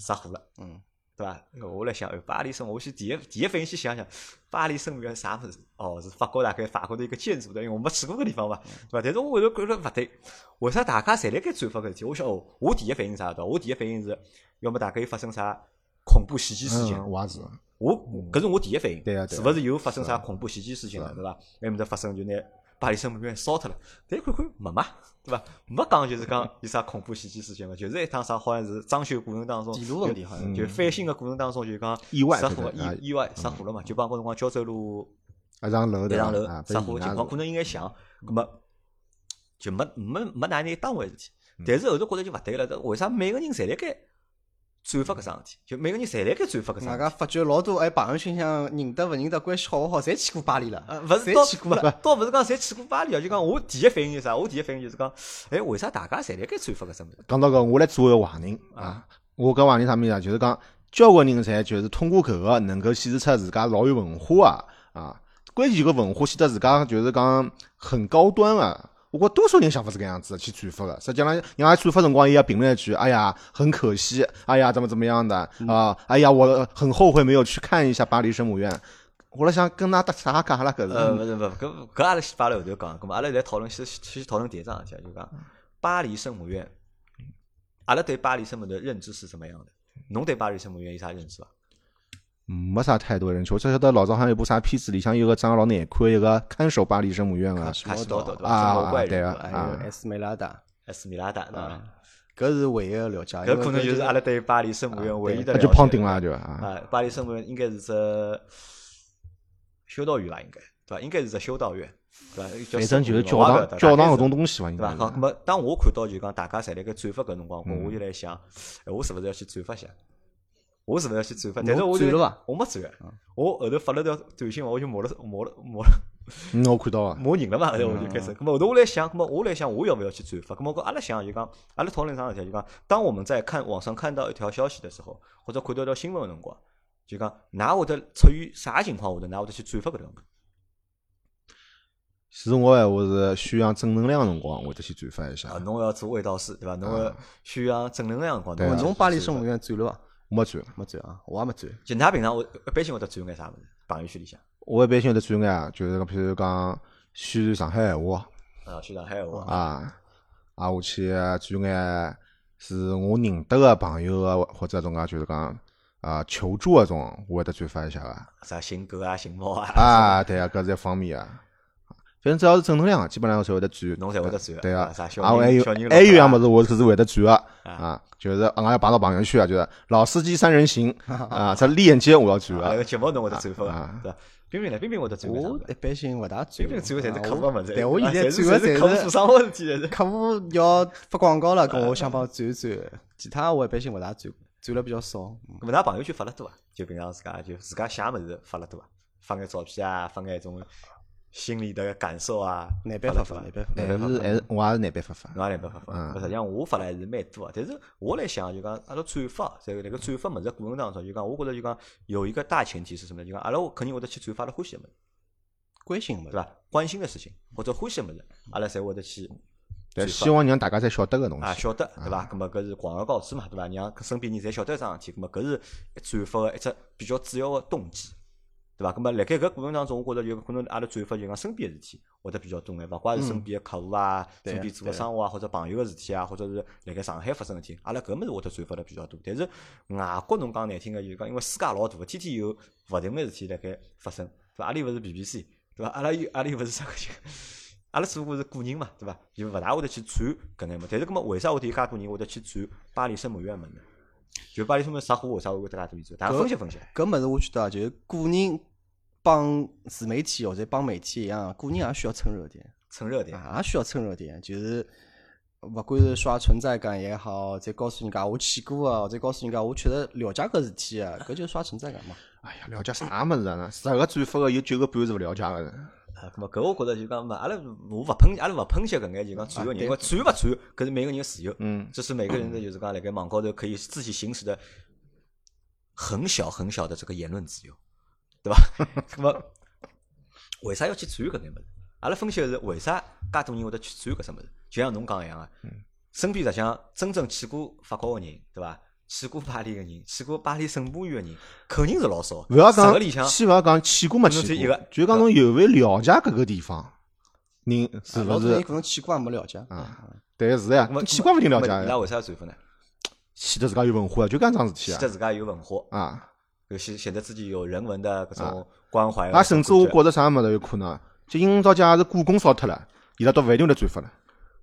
A: 着火了，
B: 嗯，
A: 对伐？哎哟我来想，哎巴黎圣母，我先第一第一反应先想想，巴黎圣母院啥物事？哦，是法国大概法国的一个建筑的，因为我没去过搿地方嘛，对伐？但是我后头觉着勿对，为啥大家侪辣盖转发搿事体？我想哦，我第一反应是啥道？我第一反应是，要么大概有发生啥恐怖袭击事件？
C: 嗯，我也是。
A: 我搿是我第一反应，
C: 嗯对啊对啊啊
A: 是勿是有发生啥恐怖袭击事情了，对伐？还没得发生就拿巴黎圣母院烧脱了，但看看没嘛，对伐？没讲就是讲有啥恐怖袭击事件嘛，就是一趟啥好像是装修过程当中
B: 地路问题好像
A: 就就翻新个过程当中就讲
C: 嗯意外
A: 着
C: 对
A: 火
C: 不对啊
A: 意意外着火了嘛，就帮搿辰光胶州路
C: 一上楼
A: 一
C: 对
A: 上楼
C: 啊，被
A: 着火
C: 引
A: 情
C: 啊
A: 况可能应该想，葛么就没没没拿你当回事
C: 嗯
A: 体，但是后头觉着就勿对了，这为啥每个人侪辣盖转发搿桩事体？就每个人侪辣盖转发搿桩事
B: 外
A: 体
B: 加发觉老多哎，朋友圈里向认得勿认得，关系好勿好，侪去过巴黎了。
A: 呃，勿是
B: 谁
A: 到
B: 去过
A: 了，倒勿是讲侪去过巴黎啊，就讲我第一反应就是啥？我第一反应就是讲，哎，为啥大家侪辣盖转发搿只物事？
C: 讲到搿，我来做一个坏人啊！我搿坏人啥物事啊？就是讲，交关人侪就是通过搿个能够显示出自家老有文化啊啊！关键搿文化显得自家就是讲很高端啊！我觉得多数人想法是搿样子的去转发的，实际上，人家转发辰光也要评论一句：“哎呀，很可惜，哎呀，怎么怎么样的
A: 嗯
C: 啊？哎呀，我很后悔没有去看一下巴黎圣母院。”我辣想跟㑚搭啥嘎啦搿
A: 呃，
C: 是
A: 勿是勿是，搿搿阿拉先摆辣后头讲，啊搿么阿拉来讨论先先讨论第一桩事体啊，就讲巴黎圣母院，阿拉对巴黎圣母的认知是什么样的？侬对巴黎圣母院有啥认知伐？
C: 没啥太多人去，我只晓得老早好像有部啥片子里向有个长得老难看，一个看守巴黎圣母院啊。
B: 什
A: 卡
B: 么
A: 西
B: 都
A: 诺多对哎
C: 啊
B: 哎
A: 伐？中国怪
C: 啊对
A: 人
C: 啊
A: 对伐
B: 还有埃斯梅拉达，
A: 埃斯米拉达对伐？
B: 搿是唯一的了解。因为
A: 搿可能就是阿拉对巴黎圣母院唯一的
C: 那就
A: 了解
C: 胖顶了就啊，
A: 啊，巴黎圣母院应该是只修道院啦，应该对伐？应该是只修道院，对伐？叫
C: 反正就
A: 圣母
C: 是教
A: 文化
C: 堂
A: 的
C: 教堂
A: 大概
C: 搿
A: 是
C: 种东西伐，应
A: 对
C: 该
A: 伐？
C: 是
A: 好，那么当我看到就讲大家侪辣盖转发搿辰光，
C: 嗯
A: 我就来想，哎，我是勿是要去转发一下？我是勿是要去转发？但是
B: 侬
A: 我就
B: 转了伐
A: 我没转，我后头发了条短信嘛，我就抹了抹了抹了
C: 嗯，我看到啊，
A: 磨人了嘛，后头我就开
C: 嗯
A: 始。咁么后头我来想，咁么我来想，我要不要去转发？咁么我阿拉想就讲，阿拉讨论啥事体？啊就讲，当我们在看网上看到一条消息的时候，或者看到一条新闻的辰光，就讲，哪会得出于啥情况下头，哪会得去转发搿条物事？
C: 其实我闲话是宣扬正能量的辰光，我得去转发一下
A: 啊，，侬要做卫道士对伐？侬要宣扬正能量的辰光，
C: 嗯对啊
A: 侬要
B: 侬巴黎圣母院转了伐？
C: 我没转。
B: 啊没转啊，我也没转。
A: 就㑚平常我一般性会得转眼啥物事？朋友圈里向，
C: 我一般性会得转眼啊，就是讲，譬如讲宣传上海闲话
A: 啊，去上海话，
C: 啊，啊，我去转眼是我认得个朋友啊，或者种个就是讲啊求助啊种，我会得转发一下个
A: 啥寻狗啊、寻猫啊，
C: 啊，对啊，搿是一方面啊。反正只要是正能量，基本上我侪会得转。
A: 侬才会得转
C: 对啊
A: 啊，啥，小
C: 啊，我还
A: 人
C: 有
A: 小人
C: 还有一样
A: 老
C: 物
A: 大
C: 事，我是会得转啊，啊，就是俺要摆到朋友圈啊，就是老司机三
A: <laughs>
C: 人行啊，这链接我要转
A: 啊，
C: 啊
A: 那，个节目侬会得转发伐
C: 啊？
A: 对伐？冰冰呢？冰冰会得转发啥
B: 我
A: 物事？
B: 啊一般性勿大
A: 冰
B: 转
A: 冰转发侪是
B: 啊
A: 客
B: 我
A: 服物事，
B: 但我现在
A: 是
B: 转
A: 侪
B: 的
A: 是
B: 侪
A: 客
B: 是
A: 服生活事体，侪是。
B: <laughs> 客户要发广告了，跟
A: 啊
B: 我想帮我转一转，其他我一般性勿大转，转了比较少。嗯
A: 咾么㑚朋友圈发了多伐？啊就平常自家就自家写物事发了多伐？发眼照片啊，发眼种心里的感受啊，
B: 难办
A: 了
B: 法
A: 多
B: 发，
A: 伐
B: 难办
A: 哎啊
C: 还
B: 法。嗯
C: 是哎还是我也是难办法发。
A: 侬也来办法发。实际上我发了还是蛮多啊，但是我来想就讲，阿拉转发在那个转发物事过程当中，啊就讲我觉着就讲有一个大前提是什么呢？就讲阿拉肯定会得去转发阿拉欢喜的物事，
B: 关心嘛，
A: 对伐？关心的事情或者欢喜的物事，阿拉侪会得去
C: 对，
A: 转
C: 希
A: 发。
C: 望让大家侪晓得个东
A: 啊，
C: 西。
A: 晓得
B: 嗯
A: 对伐？咁么搿是广而告之嘛，对伐？让身边人侪晓得桩事体，咁么搿是转发个一只比较主要个动机，对伐？咁么辣盖搿过程当中，我觉着有可能阿拉转发就讲身边个事体，会得比较多眼，勿怪是身边个客户啊，
B: 嗯对
A: 身边做个生活啊，或者朋友个事体啊，或者是辣盖上海发生个事体，阿拉搿物事会得转发得比较多。但是外国侬讲难听个，就是讲因为世界老大，天天有勿同个事体辣盖发生，对伐？阿拉又勿是 BBC，对伐？阿拉又阿拉又勿是啥个 <laughs> 就。阿拉只不过是个人嘛，对伐？就勿大会得去转搿眼嘛。但是，搿么为啥会得有介多人会得去转巴黎圣母院嘛呢？就巴黎圣母院啥货，为啥会有介多人转？大家分析分析。
B: 搿物事我觉得啊，就是个人帮自媒体或者帮媒体一样，个人也需要蹭热点，
A: 蹭热点，
B: 啊也需要蹭热点，就是。勿管是刷存在感也好，再告诉人家我去过啊，或者告诉人家我确实了解搿事体啊，搿就是刷存在感嘛。
C: 哎呀，了解啥物事啊？呢十个转发个有九个半是勿了解个。
A: 啊，搿么搿我觉着就讲嘛，阿拉我勿喷，阿拉勿喷析搿眼就讲转个人，
B: 对
A: 因为转勿转搿是每个人自由，
C: 啊嗯，
A: 这是每个人的就是讲辣盖网高头可以自己行使的很小很小的这个言论自由，对伐？ <laughs> 那么为啥要去转搿眼物事？阿拉分析的是为啥介多人会得去转搿只物事？就像侬讲一样啊，
C: 嗯
A: 身边实际上真正去过法国个人，对伐？去过巴黎个人，去过巴黎圣母院个人，肯定是老少。
C: 勿要
A: 十个
C: 讲，
A: 里向，
C: 先勿要讲去过没
A: 侬只
C: 去
A: 一
C: 过
A: 个，
C: 就讲侬有没了解搿个地方，人
A: 啊
C: 是
B: 老
C: 勿
B: 多人
C: 是
B: 可能去过也没了解，
C: 啊？对，是呀
A: 那么，
C: 去过勿一定了解
A: 那么伊拉
C: 呀，
A: 为啥要转发呢？
C: 显得自家有文化啊，就搿桩事体
A: 显
C: 啊
A: 得。自家有文化，
C: 啊，
A: 有显显得自己有人文的搿种关怀。
C: 啊，甚至我
A: 觉
C: 觉着啥物事有可能啊，就今朝家是故宫烧脱了，伊拉到饭店来转发了。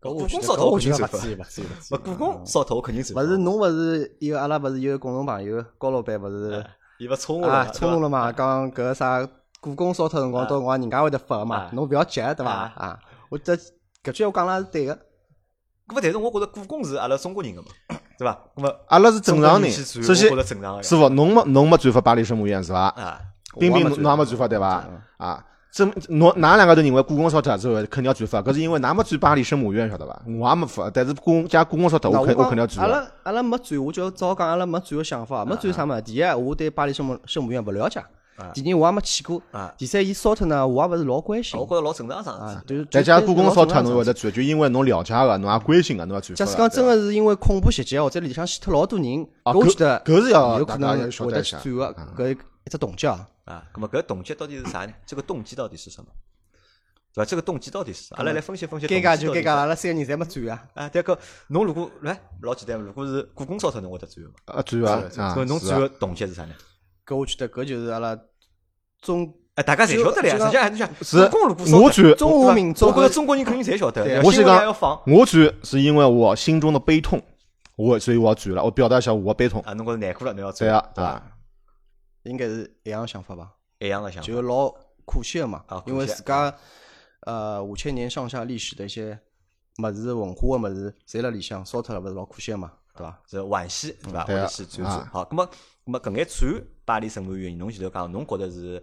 B: 搿
A: 故
B: 我
A: 宫
B: 觉得
A: 烧
B: 搿
A: 头
B: 我
A: 肯
B: 觉
A: 定转
B: 得勿至
A: 发
B: 于，勿至于，勿至
A: 得
B: 于。
A: 故宫烧头肯定转
B: 勿
A: 发。
B: 啊是侬勿是有阿拉勿是有个共同朋友高老板勿是
A: 伊勿冲我
B: 啊
A: 了，
B: 冲动了嘛？讲搿啥故宫烧脱辰光，到辰光人家会得发个
A: 啊
B: 嘛，侬勿要急对伐？
A: 啊
B: 啊，我这搿句闲话讲了也是对个，
A: 搿么，但是我觉着故宫是阿拉中国人个
B: <coughs>
A: 嘛，对伐？搿么
C: 阿拉是
A: 中
C: 正
A: 国
C: 常
A: 人
C: 人，
A: 去转
C: 首
A: 我
C: 先
A: 觉着正常个呀
C: 师傅，侬没侬没转发巴黎圣母院是伐？
A: 啊，
C: 冰冰
B: 我也没
C: 侬
B: 转
C: 侬也没转发对伐？啊，证侬哪两个都认为故宫烧脱之后肯定要转发，搿是因为㑚没转巴黎圣母院晓得伐？我也没发，但是故宫加故宫烧脱，
B: 那
C: 我肯我
B: 讲
C: 肯定要
B: 阿
C: 转发。
B: 拉阿拉没转，我就照讲阿拉没转个想法，没转啥物事。第一，我对巴黎圣母圣母院勿了解；第二，我也没去过
A: 啊；
B: 第三，伊烧脱呢，我也勿是老关心
A: 我觉着老正常桩事
B: 啊
A: 体。。
B: 就是
C: 再加
B: 就
C: 故宫
B: 老
C: 烧
B: 正
C: 脱，
B: 常
C: 侬会得
B: 事
C: 转，就因为侬了解个，侬也关心个，侬也转发
B: 假
C: 个。
B: 使讲真
C: 对伐
B: 个是因为恐怖袭击，或者里向死脱老多人，
C: 啊
B: 搿我
C: 搿
B: 觉得
C: 搿是要
B: 有
C: 大
B: 可
C: 家
B: 能
C: 要晓
B: 会
C: 得
B: 得
C: 一
B: 去
C: 下嗯
B: 转个搿一一只动机啊。
A: 啊，咁么搿动机到底是啥呢？这个动机到底是什么？对伐？这个动机到底是啥？阿拉来分析分析。
B: 嗯尴尬就尴尬了，
A: 了。
B: 阿拉三个人侪没转啊。
A: 啊，对个，侬如果来老简单，如果是故宫烧脱，侬会得转嘛？
C: 啊转啊啊，
A: 搿侬
C: 是
A: 转
C: 啊
A: 个动机是啥呢？
B: 搿我觉得搿就是阿拉中
A: 哎，大家侪晓得了呀。
B: 就
A: 实际上，你想，故宫如果烧
C: 我
A: 脱，
C: 转，
B: 中华民族
A: 我觉着中国人肯定侪晓得。
B: 对啊
A: 对吧
C: 我是
A: 新闻
C: 讲
A: 还要放，
C: 我转是因为我心中的悲痛我所以我要转了，我表达一下我的悲痛。
A: 啊，侬觉着难过了，侬要走
C: 对啊，
A: 对伐？
C: 啊，
B: 应该是一样的想法吧？
A: 一样个想法
B: 就老可惜的嘛
A: 啊，可
B: 因为
A: 惜
B: 自家呃五千年上下历史的一些么子文化的么子，侪辣里向烧脱了，勿是老可惜的嘛，对伐？
A: 是惋惜对伐？或
C: 对啊
A: 者是转折
C: 啊。
A: 好，咁么咁么搿眼转巴黎圣母院，侬前头讲，侬觉着是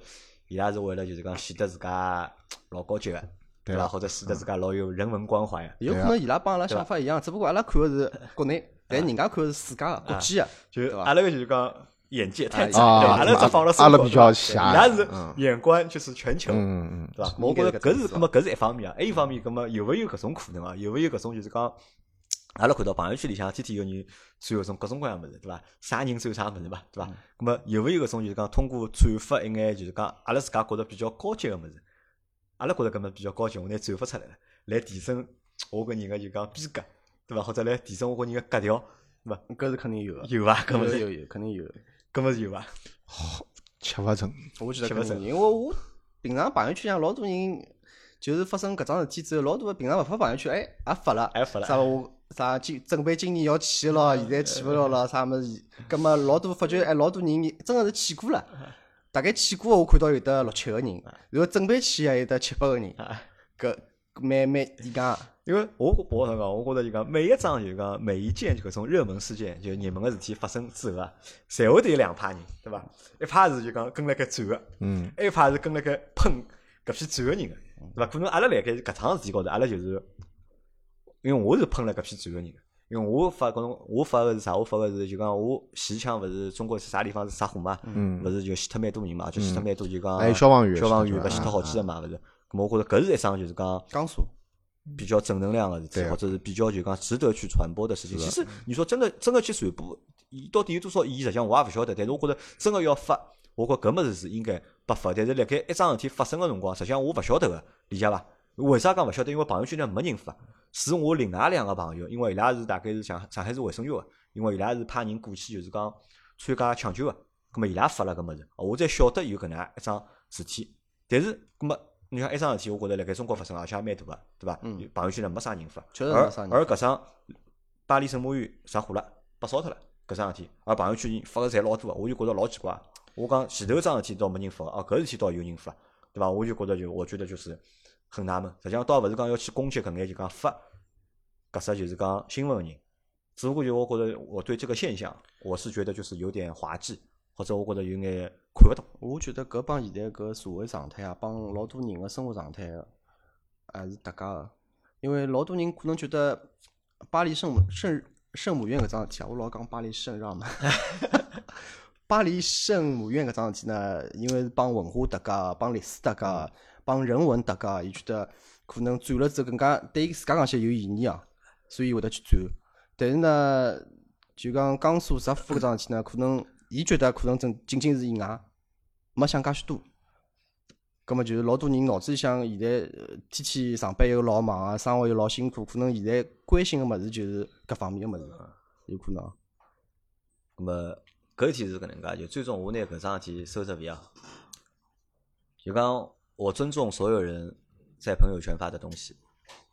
A: 伊拉是为了就是讲显得自家老高级个，对伐？
C: 啊
A: 或者显得自家老有人文关怀个。
B: 有可能伊拉帮阿拉想法一样，只不过阿拉看的是国内，但人家看的是世界的、国际的，
A: 啊就
B: 对啊
A: 阿
B: 伐？
A: 拉个就是讲眼界太
B: 啊
A: 窄了，
C: 啊
A: 阿拉只放了
C: 阿拉
A: 中国
C: 比较
A: 对
C: 狭
A: 伊拉
C: 隘
A: 是
C: 嗯
A: 眼光就是全球，
C: 嗯嗯嗯，
A: 对伐？
B: 应
A: 我
B: 该
A: 觉着
B: 是搿
A: 搿
B: 层
A: 是
B: 次
A: 搿
B: 啊
A: 么搿是一方面啊，还有一方面搿么有勿有搿种可能啊？有勿有搿种就是讲？阿拉看到朋友圈里向天天有人转搿种各种各样物事，对伐？啥人转啥物事嘛，对伐？
B: 嗯
A: 咁么有勿有搿种就是讲通过转发一眼就是讲阿拉自家觉着比较高级个物事，阿拉觉着搿么比较高级，我拿转发出来了，来提升我搿人个就讲逼格，对伐？或者来提升我搿人个格调，对伐？
B: 搿是肯定有的，
A: 有伐？搿么
B: 有
A: 是
B: 有有，肯定
A: <laughs>
B: 有的。
A: 搿么是有伐？
C: 吃勿成，
B: 我记得
A: 吃
B: 肯
A: 勿
B: 定
A: 成
B: 有，因为我平常朋友圈像老多人，就是发生搿桩事体之后，老多平常勿发朋友圈，哎，也发了，
A: 也发了
B: 啥我啥今准备今年要去了，现在去勿了了，啥物事，葛末老多发觉，哎，老多人真个是去过了，大概去过的我看到有得六七个人，然后准备去也有得七八个人，搿蛮蛮意外，
A: 因为我跟我讲，我觉着就讲每一桩就讲每一件搿种热门事件，就热门个事体发生之后啊，侪会得有两派人，对伐？一派是就讲跟辣盖转个，
C: 嗯，
A: 还有一派是跟辣盖喷搿批转个人个，对伐？可能阿拉辣盖搿桩事体高头，阿拉就是因为我是喷了搿批转个人的，因为我发搿种我发个是啥？我发个是就讲我前腔勿是中国是啥地方是啥火嘛？
C: 嗯
A: 勿是就死脱蛮多人嘛？就死脱蛮多就讲
C: 还嗯哎有消防员嗯
A: 消防员
C: 死脱
A: 勿死脱好几个嘛？勿是？咾么我觉着搿是一桩就是讲。
B: 江苏
A: 比较正能量的事体，
C: 嗯对啊
A: 或者是比较就讲值得去传播的事情。其实你说真的，真的去传播，伊到底有多少意义？实际上我也勿晓得。但是我觉得真的要发，我觉搿物事是应该拨发。但是辣盖一桩事体发生个辰光，实际上我勿晓得个，理解伐？为啥讲勿晓得？因为朋友圈里向没人发，是我另外两个朋友，因为伊拉是大概是上上海市卫生局个，因为伊拉是派人过去就是讲参加抢救个，葛末伊拉发了搿物事，哦我才晓得有搿能介一桩事体。但是，葛末你像一桩事体，我觉着辣盖中国发生，而且也蛮大个，对伐？
B: 嗯
A: 朋友圈里没啥人发，
B: 确实
A: 而
B: 没啥人
A: 而搿桩巴黎圣母院着火了，被烧脱了，搿桩事体，而朋友圈人发个侪老多个，啊我就觉着老奇怪。我讲前头桩事体倒没人发，啊，搿事体倒有人发，对伐？我就觉着就我觉得就是很纳闷。实际上倒勿是讲要去攻击搿眼就讲发搿只就是讲新闻个人，只不过就我觉着我对这个现象，我是觉得就是有点滑稽，或者我觉着有眼看勿懂。
B: 我觉得搿帮现在搿社会状态啊，帮老多人个生活状态还是搭界个，因为老多人可能觉得巴黎圣母圣圣母院搿桩事体啊，我老讲巴黎圣让嘛，巴黎圣母院搿桩事体呢，因为是帮文化搭界个，帮历史搭界个，帮人文搭界个，伊觉得可能转了之后更加对伊自家讲起来有意义啊，所以会得去转。但是呢，就讲江苏石虎搿桩事体呢，可能伊觉得可能真仅仅是意外，没想介许多。葛么就是老多人脑子里向现在呃天天上班又老忙啊，生活又老辛苦，可能现在关心个物事就是搿方面个物事，
A: 嗯
B: 有可能啊。
A: 那么搿事体是搿能介，就最终我拿搿桩事体收拾完啊。就讲我尊重所有人在朋友圈发的东西，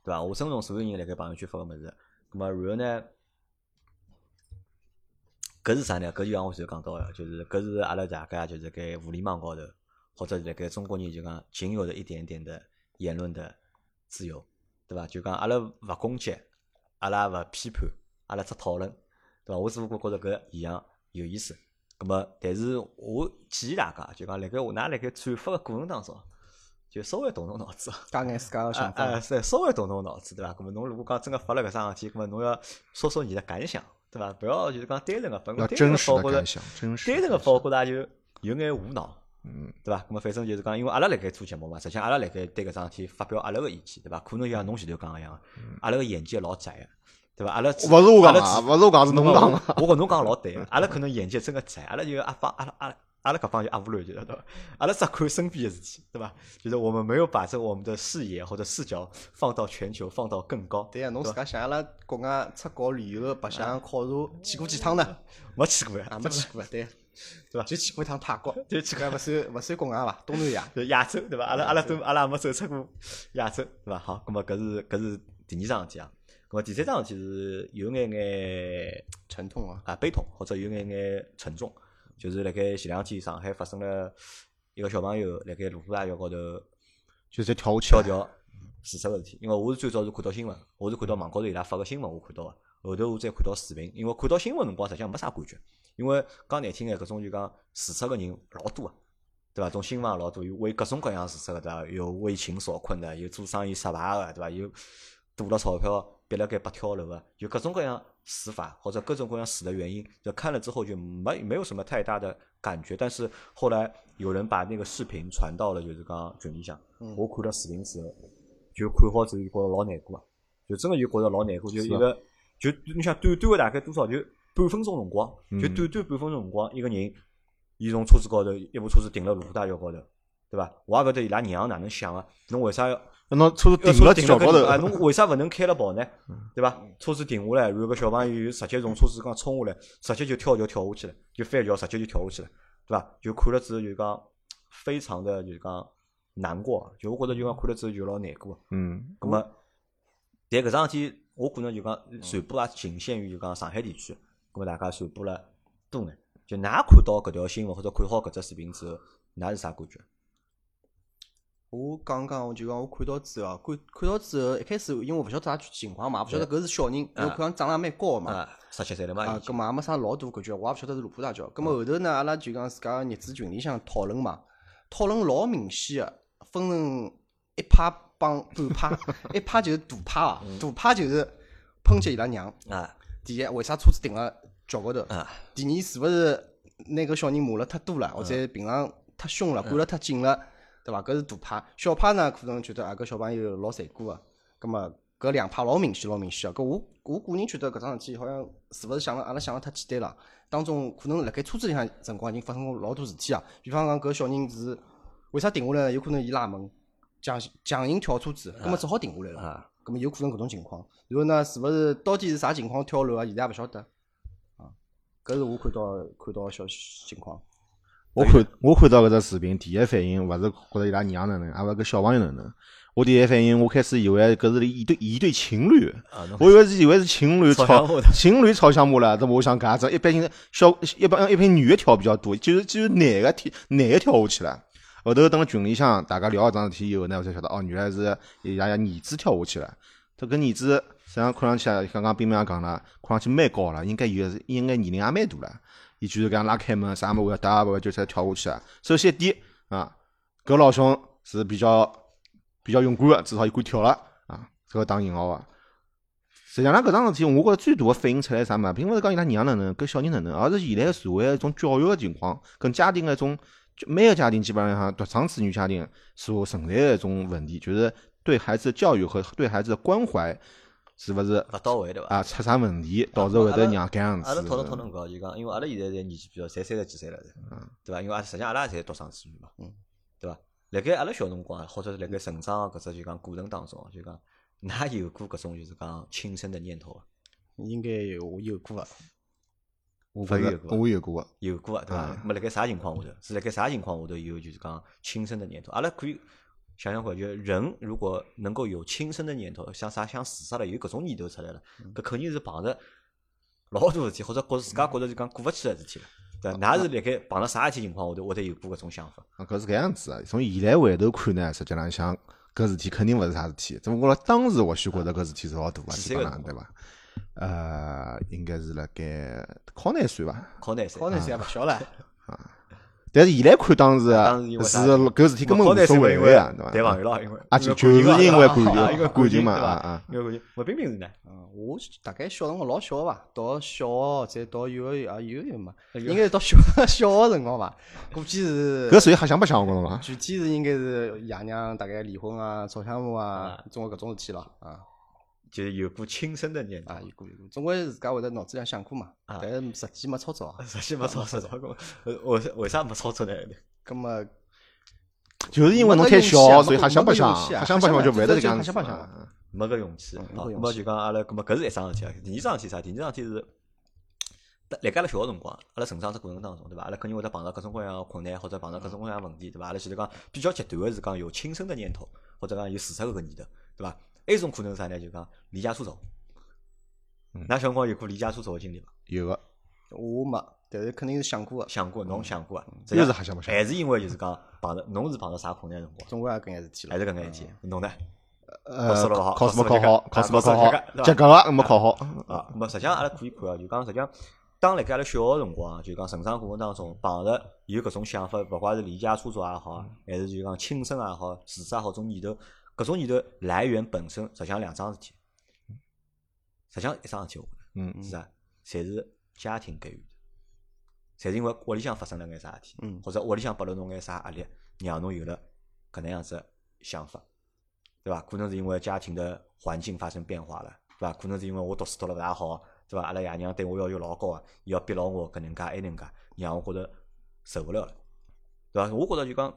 A: 对伐？我尊重所有人辣盖朋友圈发个物事。那么然后呢，搿是啥呢？搿就像我前头讲到个，就是搿是阿拉大家就是盖互联网高头，或者辣盖中国人就讲仅有的一点点的言论的自由，对伐？就讲阿拉勿攻击，阿拉勿批判，阿拉只讨论，对伐？我只不过觉着搿现象有意思。葛么，但是我建议大家，就讲辣盖我㑚辣盖转发个过程当中，就稍微动动脑子。
B: 加眼自家个想
A: 啊啊啊，
B: 法，
A: 是稍微动动脑子，对伐？那么侬如果讲真个发了搿桩事体，那么侬要说说你的感想，对伐？不要就是讲单纯个发，因为
C: 要
A: 单纯
C: 真
A: 个
C: 实
A: 发
C: 的
A: 我觉着
C: 感想，真实
A: 单
C: 的
A: 纯个
C: 感
A: 发我觉着
C: 想。
A: 也就有眼无脑，
C: 嗯，
A: 对伐？那么反正就是讲，因为阿拉辣盖做节目嘛，实际上阿拉辣盖对搿桩事体发表阿拉个意见，对伐？可能就像侬前头讲个一样，阿拉个眼界老窄个，对伐？阿拉勿
C: 嗯勿是我讲
A: 阿
C: 的
A: 拉
C: 啊，
A: 只
C: 勿是我讲，是侬讲的。
A: 我觉侬讲老对，阿拉可能眼界真个窄，阿拉就阿帮阿拉阿拉阿拉搿帮就阿不乱，就是对伐？阿拉只看身边个事体，对伐？就是我们没有把这个我们的视野或者视角放到全球，放到更高。
B: 对呀，侬自家想阿拉国外出国旅游个白
A: 啊
B: 相考察去过几趟呢？
A: 没去过
B: 啊，
A: 呀，
B: 没去过，对，
A: <laughs> 对吧
B: 就去过一趟泰
A: <laughs>
B: 国，
A: 就去
B: 搿勿算勿算国外伐？东
A: <laughs>
B: 南亚。
A: 就亚洲对伐？阿拉阿拉都阿拉也没走出过亚洲对伐？好，葛么搿是搿是第二桩事体啊。咁么第三桩事体是有眼眼
B: 沉痛啊，
A: 啊悲痛，或者有眼眼沉重，就是辣盖前两天上海发生了一个小朋友辣盖卢浦大桥高头
C: 就是跳下去
A: 跳
C: 了，
A: 桥自杀个事体。因为我是最早是看到新闻，我是看到网高头伊拉发个新闻，我看到个，后头我再看到视频。因为看到新闻辰光，实际上没啥感觉，因为讲难听眼，搿种就讲自杀个人老多啊。对伐？种新闻也老多，有为各种各样自杀个，对伐？有为情所困的，有做生意失败个，对伐？有赌了钞票憋了该被跳楼个，有各种各样死法或者各种各样死的原因。就看了之后就没没有什么太大的感觉，但是后来有人把那个视频传到了就是讲群里向，我看了视频之后，就看好之后就觉着老难过啊，就真个就觉着老难过，就是一
C: 吧
A: 个就你想短短个大概多少就半分钟辰光，就
C: 嗯
A: 短短半分钟辰光，一个人伊从车子高头一部车子停了卢浦大桥高头，对伐？我也勿晓得伊拉娘哪能想个，侬为啥要
C: 那车子
A: 要
C: 停
A: 车
C: 了
A: 子停
C: 桥
A: 了
C: 高
A: 啊，
C: 头，嗯
A: 侬为啥勿能开了跑呢？对伐？车子停下来，然后个小朋友直接从车子刚冲下来，直接就跳桥跳下去了，就翻桥直接就跳下去了，对伐？就看了之后就讲非常的就是讲难过，啊就我觉着就讲看了之后就老难过。
C: 嗯，嗯
A: 咁么，但搿桩事体，我可能就讲传播也仅限于就讲上海地区，咁么大家传播了多眼。就㑚看到搿条新闻或者看好搿只视频之后，㑚是啥感觉？
B: 我刚刚我就讲我看到之后，看看到之后，一开始因为我勿晓得啥情况嘛，也勿晓得搿是小人，因为我看上长得蛮高
C: 嗯
B: 个嘛，
A: 啊，十七岁了嘛，
B: 啊
A: 已，经
B: 搿嘛也没啥老大感觉，我也勿晓得是卢浦大桥。葛末啊后头呢，阿拉就讲自家个日子群里向讨论嘛，讨论老明显个，分成一派帮半派， <laughs> 一派就是大派啊，大派就是抨击伊拉娘。
A: 啊
B: 第一，为啥车子停辣桥高头？
A: 啊
B: 第二，是勿是那个小人骂了太多了，或者平常太凶了，管了太紧了，对伐？搿是大派。小派呢，可能觉得啊，搿小朋友老残酷个，啊葛末搿两派老明显，老明显啊个。搿我我个人觉得搿桩事体好像是勿是想了阿拉想了太简单了，当中可能辣盖车子里向辰光已经发生过老多事体啊。比方讲搿小人是为啥停下来呢？有可能伊拉门强强行跳车子，葛末只好停下来了。
A: 啊！
B: 咁么有可能搿种情况。然后呢，是勿是到底是啥情况跳楼啊？现在也勿晓得。啊，搿是我看到看到个消息情况。
C: 我看我看到搿只视频，第一反应勿是觉着伊拉娘哪能，也勿是搿小朋友哪能。我第一反应，我开始以为搿是一对一对情侣，
A: 啊，侬
C: 我以为是以为是情侣
A: 吵
C: 吵
A: 相骂的
C: 情侣吵相骂了。那么我想搿只一般性小一般一般女的跳比较多，就是就是男的跳男的跳下去了。后头等群里向大家聊搿桩事体以后呢，我才晓得哦，原来是伊拉儿子跳下去了。这搿儿子实际上看上去啊，刚刚冰冰也讲了，看上去蛮高了，应该有应该年龄也蛮大了。伊居然讲拉开门，啥么会打会就才跳下去啊。首先一点啊，搿老兄是比较比较勇敢的，至少伊敢跳了啊，搿个打引号啊。实际上，搿桩事体，我觉着最大的反映出来是啥嘛？并勿是讲伊拉娘哪能，搿小人哪能，而是现在个社会的一种教育个情况，跟家庭个一种，就每个家庭基本上独生子女家庭所存在的一种问题，就是对孩子的教育和对孩子的关怀是勿是
A: 勿到位对伐？
C: 啊出啥问题，导致会得让搿样
A: 阿拉
C: 子。
A: 讨论讨论搿，就讲，因为阿拉现在侪年纪比较，侪三十几岁了，
C: 嗯
A: 对伐？因为阿实际上阿拉也侪独生子女嘛，对伐？辣盖阿拉小辰光，啊或者是辣盖成长的搿只就讲过程当中，啊就讲，㑚有过�伐搿种就是讲轻生的念头伐？
B: 应该有我有过啊个，
C: 我觉
A: 有
C: 着
A: 过
C: 我有过个，
A: 有过啊，对伐
C: 啊？
A: 那么辣盖啥情况下头？是辣盖啥情况下头有就是讲轻生的念头？阿拉可以想想看，就是人如果能够有轻生的念头，像啥想自杀了，有搿种念头出来了，
C: 嗯
A: 搿肯定是碰着老多事体，或者觉自家觉着就讲过勿去的事体了。对
C: 嗯
A: 伐，㑚是辣盖碰到啥事体情况下头，会得有过搿种想法？
C: 啊，搿是搿样子啊。从现在回头看呢，实际浪向搿事体肯定勿是啥事体，只不过当时或许觉得搿事体是老大啊，
A: 几
C: 基
A: 岁
C: 本
A: 个
C: 上
A: 辰
C: 对伐？呃，应该是辣盖考廿岁伐？
A: 考难噻，
B: 高头侪勿小了。
C: 但是现在看当时啊
A: 当时因为
C: 是
A: 啥
C: 搿事体根本
A: 考
C: 无
A: 难
C: 所
A: 噻，
C: 谓
A: 因为
C: 啊，
A: 谈
C: 对伐
A: 朋？友了，因为
C: 啊就就是因为感情
A: 啊因为
C: 感情
A: 情
C: 嘛
A: 对
C: 啊
A: 伐
C: 啊？
A: 因为感情，我冰冰是呢，
B: 嗯，我大概小辰光老小个伐，到小学再到幼儿园啊，幼儿园嘛，
A: 哎呦
B: 应该是到小 <laughs> 小学辰光伐，估计是
C: 搿属于瞎想白相，我觉着嘛。
B: 具体是应该是爷娘大概离婚啊、吵相骂啊
A: 啊，
B: 总归搿种事体了啊
A: 就是有过轻生的念头。
C: 哎
B: 啊，有过有过，总归自家会得脑子里向想过嘛，
A: 啊
B: 但是实际没操作啊。
A: <laughs> 实际没操作，操作，为为啥没操作呢？
B: 葛么
C: 就是因为侬太
A: 啊
C: 小，所以瞎想白相，瞎想白相就勿会得这样子。啊
A: 没搿勇气。
B: 嗯
A: 好，那
B: 没搿勇
A: 么
B: 气
A: 就讲阿拉，搿么搿是一桩事体啊。第二桩事体啥？第二桩事体是，辣盖阿拉小个辰光，阿拉成长只过程当中，对伐？阿拉肯定会得碰到各种各样个困难，或者碰到各种各样个问题，对伐？阿拉前头讲比较极端个是讲有轻生的念头，或者讲有自杀搿个念头，对伐？还有一种可能是啥呢？就讲离家出走，㑚小辰光有过离家出走个经历伐？
C: 有个，
B: 我没，但是肯定是想过个，
A: 想过，侬想过伐？
C: 又是瞎想不想
A: 还是因为就是讲碰到侬是碰到啥困难辰光？
B: 总归也搿眼事体
A: 还
B: 了。嗯
A: 是搿眼事体，嗯侬呢？
C: 呃
A: 试了个好，
C: 考试没
A: 考试
C: 考
A: 了
C: 好
A: 及，格
C: 考试
A: 啊
C: 没
A: 考试
C: 考
A: 了
C: 好
A: 及格，
C: 及格个没考好。
A: 啊，那么实际上阿拉可以看啊，就讲实际上，当辣盖阿拉小个辰光，啊就讲成长过程当中，碰着有搿种想法，勿管是离家出走也好，啊还是就讲轻生也好、自杀也好，种念头，搿种念头来源本身，实际上两桩事体，实际上一桩事体，我觉着
C: 嗯，
A: 是啥？侪是家庭给予的，侪是因为屋里向发生了眼啥事体，
B: 嗯
A: 或者屋里向拨了侬眼啥压力，让侬有了搿能样子的想法，对伐？可能是因为家庭的环境发生变化了，对伐？可能是因为我读书读了勿大好，对伐？阿拉爷娘对我要求老高啊，伊要逼牢我搿能介埃能介，让我觉着受勿了了，对伐？我觉着就讲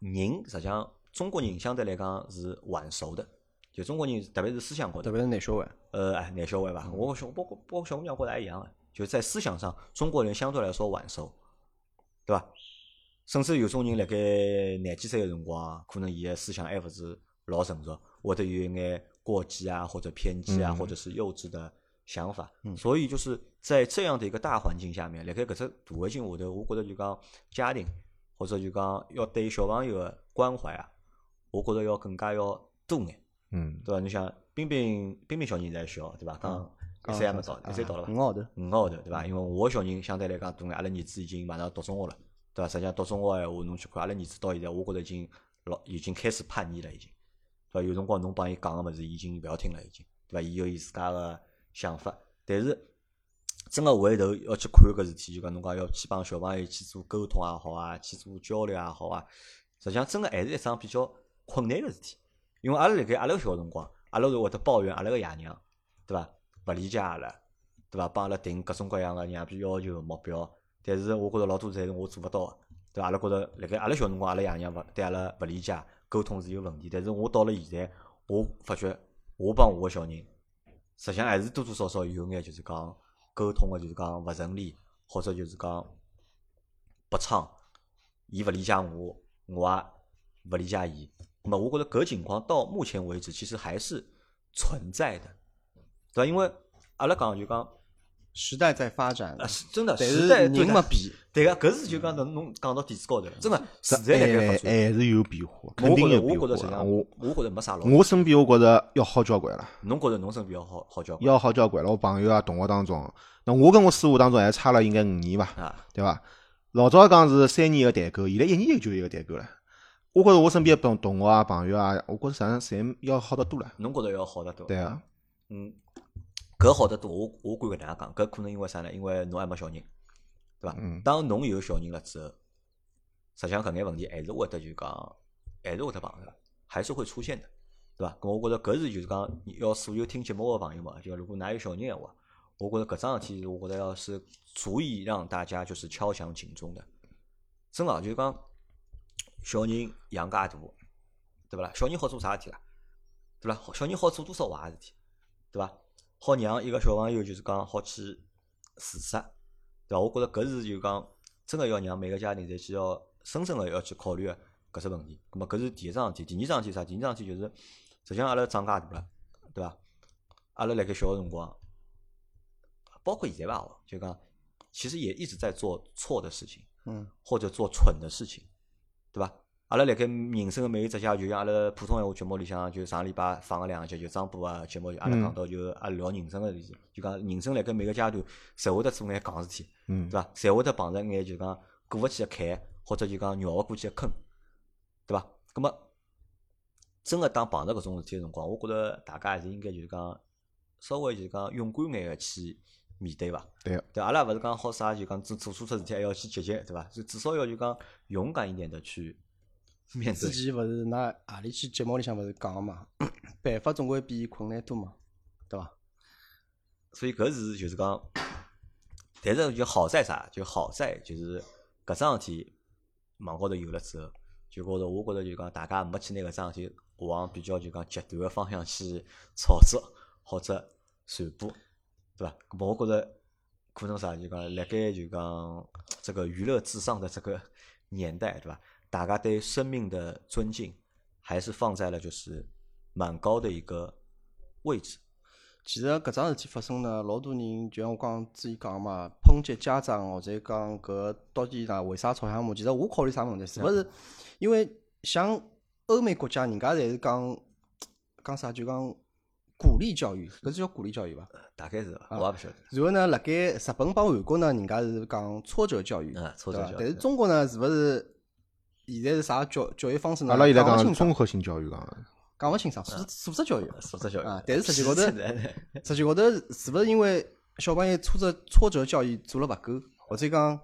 A: 人实际上中国人相对来讲是晚熟的，就中国人特别是思想高头
B: 特。别是男小孩，
A: 呃，哎，男小孩吧，我小包括包括小姑娘过来一样的，就是在思想上，中国人相对来说晚熟，对伐？甚至有种人辣盖廿几岁个辰光，啊可能伊个思想还勿是老成熟，会得有一眼过激啊，或者偏激啊，
C: 嗯
A: 或者是幼稚的想法。
B: 嗯
A: 所以就是在这样的一个大环境下面，辣盖搿只大环境下头，我觉着就讲家庭或者就讲要对小朋友个关怀啊，我觉着要更加要多眼。
C: 嗯，
A: 对伐？侬想，冰冰冰冰小人在小，对伐？刚一
B: 刚
A: 岁还没到，一岁
B: 啊
A: 到了伐
B: 五？个号头，
A: 五个号头，对伐？因为我小人相对来讲大眼，阿拉儿子已经马上读中学了，对伐？实际上读中学个闲话，侬去看阿拉儿子到现在，我觉着已经老已经开始叛逆了，已经，对伐？有辰光侬帮伊讲个物事，伊已经勿要听了，已经，对伐？伊有伊自家个想法，但是真个回头要去看搿事体，就讲侬讲要去帮小朋友去做沟通也好啊，去做交流也好啊，实际上真个还是一桩比较困难个事体。因为阿拉辣盖阿拉小辰光，阿拉是会得抱怨阿拉个爷娘，对伐？勿理解阿拉，对伐？帮阿拉定各种各样个让比要求目标，但是我觉着老多侪是我做勿到个，对伐？阿拉觉着辣盖阿拉小辰光，阿拉爷娘勿对阿拉勿理解，沟通是有问题。但是我到了现在，我发觉我帮我个小人，实际上还是多多少少有眼就是讲沟通个，就是讲勿顺利，或者就是讲不畅，伊勿理解我，我也勿理解伊。那么我觉得搿情况到目前为止其实还是存在的，对伐？因为阿拉讲就讲
B: 时代在发展
A: 啊，，是真的，
B: 但
A: 时
B: 是
A: 代
B: 人
A: 对的
B: 没变，
A: 对个，搿是就讲侬侬讲到点子高头了，真个时代辣盖发
C: 还
A: 展。
C: 还是有变化，哎肯
A: 我
C: 定
A: 觉
C: 有
A: 着，我
C: 变
A: 觉着实际
C: 化。
A: 上，
C: 我
A: 我觉着没啥老。
C: 我身边我觉着要好交关了，
A: 侬觉着侬身边要好好交关
C: 要好交关了。我朋友啊，同学当中，那我跟我师傅当中还差了应该五年吧，
A: 啊？
C: 对伐？老早讲是三年一个代沟，现在一年就一个代沟了。我觉着我身边同同学啊、朋友啊，我觉着实际上侪要好得多了。
A: 侬觉着要好得多。
C: 对啊，
A: 嗯，搿好得多。我我敢搿能介讲，搿可能因为啥呢？因为侬还没小人，对伐？
C: 嗯
A: 当侬有小人了之后，实际上搿眼问题还是会得就讲，还是会得碰着，还是会出现的，对伐？搿我觉着搿是就是讲，要所有听节目个朋友们，就如果㑚有小人闲话，我觉着搿桩事体，我觉着要是足以让大家就是敲响警钟的。真个就是讲，小人养家大，对勿啦？小人好做啥事体啦？啊对伐？小人好做多少坏事体，对伐？好让一个小朋友就是讲好去自杀，对伐？我觉着搿是就讲真个要让每个家庭侪去要深深个要去考虑个搿只问题。葛末搿是第一桩事体，第二桩事体是啥？第二桩事体就是，实际上阿拉长介大了，对伐？阿拉辣盖小个辰光，包括现在吧，哦就讲其实也一直在做错的事情。
B: 嗯，
A: 或者做蠢的事情，对伐？阿拉辣盖人生的每一只阶段，就像阿拉普通闲话节目里向，就上礼拜放个两集，就张波啊节目，阿拉
C: 嗯
A: 讲到就阿拉聊人生个例子，就讲人生辣盖每个阶段，侪会得做眼戆事体，
C: 嗯
A: 对，伐？侪会得碰着眼就讲过勿去个坎，或者就讲绕勿过去个坑，对伐？葛么，真个当碰着搿种事体个辰光，我觉着大家还是应该就是讲稍微就是讲勇敢眼个去面对伐。
C: 对啊，
A: 对，阿拉勿是讲好啥，就讲做做错出事体还要去解决，对伐？就至少要就讲勇敢一点的去面对
B: 之。前勿是㑚何里期节目里向勿是讲个嘛， <coughs> 办法总归比困难多嘛，对伐？
A: 所以搿是就是讲，但是就好在啥？就好在就是搿桩事体网高头有了之后，就觉着我觉着就讲大家没去拿搿桩事体往比较就讲极端个方向去炒作或者传播，对伐？搿么我觉着可能啥就讲辣盖就讲这个娱乐至上的这个年代，对伐？大家对生命的尊敬还是放在了就是蛮高的一个位置。
B: 其实搿桩事体发生呢，老多人就像我刚之前讲嘛，抨击家长或者讲搿到底哪为啥吵相骂？其实我考虑啥问题，是勿
A: 嗯
B: 是因为像欧美国家，人家侪是讲讲啥就讲鼓励教育，搿是叫鼓励教育伐？
A: 大概是吧，我也不晓得。
B: 然后呢，辣盖日本帮韩国呢，人家是讲挫折教育，
A: 嗯挫
B: 对
A: 折
B: 伐
A: 教育
B: 但是中国呢，是勿是现在是啥教教育方式
A: 啊
B: 呢？
C: 阿拉现在
B: 讲勿
C: 讲
B: 清爽，
C: 综合性教育讲的，
B: 讲勿清爽，素质素质教育。
A: 素质教育
B: 啊但是实
A: <laughs>
B: 际高头
A: 真的
B: 实际高头是勿是因为小朋友挫折挫折教育做了勿够，或者讲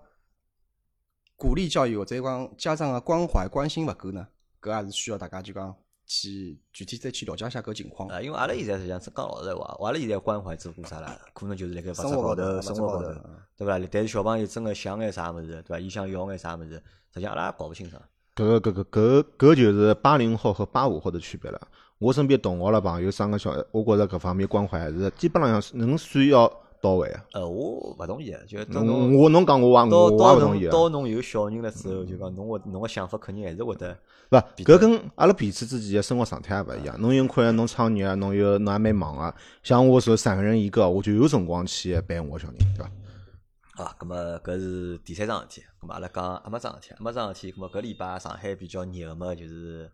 B: 鼓励教育，或者讲家长个关怀关心勿够呢？搿也是需要大家就讲去具体再去了解一下搿情况。
A: 啊，因为阿拉现在实际上真讲老实话，阿拉现在关怀做过啥啦？可能就是辣盖物质
B: 生活
A: 高
B: 高头
A: 头、
B: 物
A: 生
B: 质
A: 活
B: 高
A: 高
B: 头
A: 头
B: 嗯，
A: 对伐？但是小朋友真个想眼啥物事，对伐？伊想要眼啥物事，实际上阿拉也搞勿清爽。
C: 搿个搿个搿搿就是八零后和八五后的区别了。我身边同学了朋友三个小，我觉着搿方面关怀还是基本浪向是能算要到位啊。
A: 呃，我勿同意的，就等侬
B: 嗯
C: 侬我侬讲我也
A: 到
C: 我也
A: 到
C: 勿同意
A: 侬
C: 啊。
A: 到侬有小人了之后，就讲侬会侬个想法肯定还是会得
C: 勿，搿跟阿拉彼此之间的生活状态也勿一样。侬有可能侬创业啊，侬有侬也蛮忙啊。像我是三个人一个，我就有辰光去陪我小人，对伐？
A: 啊，咁么搿是第三桩事体，咁么阿拉讲阿末桩事体，阿末桩事体，咁么搿礼拜上海比较热个么就是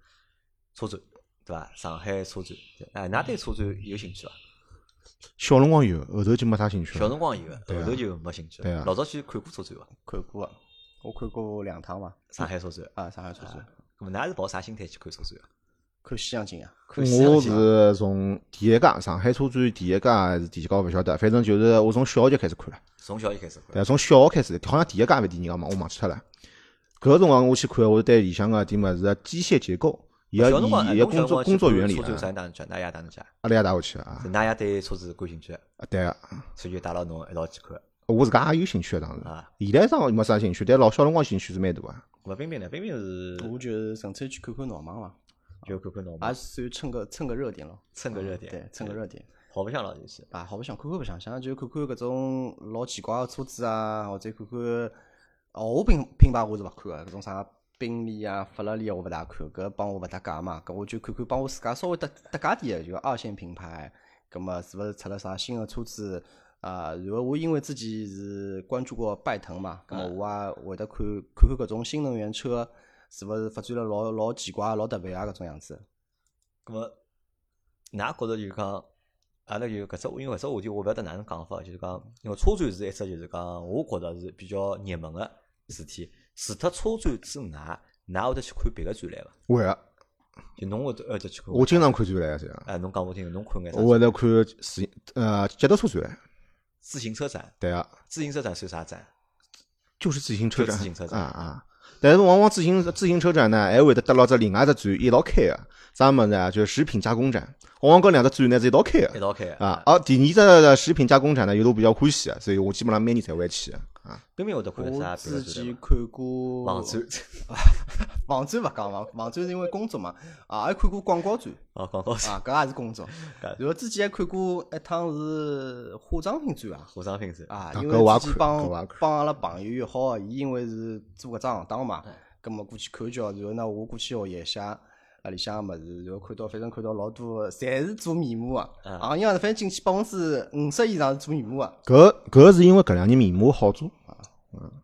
A: 车展，对伐？上海车展，对哎，㑚对车展有兴趣伐？
C: 小辰光有，后头就没啥兴趣
A: 小
C: 了。
A: 辰光有个，
C: 对
A: 后
C: 啊
A: 头就没兴趣了
C: 对啊
A: 老早去看过车展伐？
B: 看过啊，我看过两趟嘛，
A: 上海车展，
B: 啊，上海车展，
A: 咁么㑚是抱啥心态去看车展啊？
B: 看西洋景啊，
A: 看西洋
C: 我
A: 景
C: 是从第一家上海车展第一家还是第几家，我勿晓得，反正就是我从小学开始看了。
A: 从小就开始看
C: 对，啊从小学开始，好像第一家还是第二家嘛，我忘记脱了。搿个辰光我去看，我是对里向个点物事啊机械结构，伊个
A: 小辰光，
C: 伊
A: 哎
C: 个
A: 侬小
C: 工
A: 辰
C: 作
A: 光
C: 工作
A: 去
C: 原理
A: 车展
C: 啊，
A: 啥能去啊？㑚爷带侬去啊？
C: 阿拉
A: 是。㑚
C: 也带我去啊
A: 爷对车子感兴趣，
C: 啊对啊，
A: 所以就带牢侬一道去看
C: 我自家也有兴趣啊，当时。
A: 啊。
C: 现在上没啥兴趣，但老小辰光兴趣是蛮大啊。
A: 咁么冰冰呢？冰冰是
B: 我就是纯粹去看看闹忙嘛，
A: 就看看侬
C: 啊
A: 嘛
B: 也，算蹭个啊蹭个热点咯，嗯
A: 蹭个热点，
B: 对，蹭个热点。
A: 好白相了就是。
B: 啊，好白相，看看白相，相就看看搿种老奇怪个车子啊，或者看看哦，我品品牌我是勿看个，搿种啥宾利啊、法拉利啊，我勿大看，搿帮我勿搭界嘛，搿我就看看帮我自家稍微搭搭界点个，就二线品牌，葛末是勿是出了啥新个车子啊？然后我因为自己是关注过拜腾嘛，葛
A: 嗯
B: 末我也会得看看看搿种新能源车是勿是发展了老老奇怪、老特别啊搿种样子。
A: 咁么，㑚觉着就是讲，阿拉就搿只，因为搿只话题我勿晓得哪能讲法，就是讲，因为车展是一只就是讲，我觉着是比较热门个事体。除脱车展之外，㑚会得去看别个展览伐？
C: 会啊，
A: 就侬会得会得去看伐？
C: 我经常看展览啊，这样。
A: 哎，侬讲我听，侬看眼啥
C: 我？会得看自行呃脚踏车展览，
A: 自行车展，
C: 对啊，
A: 自行车展算啥展？
C: 就是自行车
A: 就
C: 展，
A: 自行车展
C: 啊啊。但是往往自行自行车展呢，还会得搭到只另外一只展一道开个，啥物事啊？就是食品加工展。往往搿两只展呢是一道开
A: 一
C: 个
A: 道开的
C: 啊。。而第二只食品加工展呢，有的我比较欢喜啊，所以我基本上每年侪会去啊。
A: 对面会得看眼啥
B: 我
A: 别个
B: 之
A: 展览
B: 前
A: 伐？
B: 看过
A: 网展
B: <laughs> 网展勿讲网网展是因为工作嘛，啊，还看过广告展
A: <laughs> 哦，广告 <laughs> 展、
B: 啊，搿也是工
C: <laughs>
B: 作。
A: 搿
B: 然后之前还看过一趟是化妆品展啊，
A: 化妆品展
B: 啊
C: 搿，
B: 因
C: 搿我
B: 为
C: 也
B: 之
C: 看搿
B: 前帮
C: 我也看
B: 帮阿拉朋友约好的，伊因为是做搿只行当嘛，葛末过去看叫，然后呢我过去学一下。啊，里向个物事，然后看到，反正看到老多，侪是做面膜啊。
A: 嗯
B: 行业呢，反正进去百分之五十以上是做面膜啊，
C: 搿搿是因为搿两年面膜好做，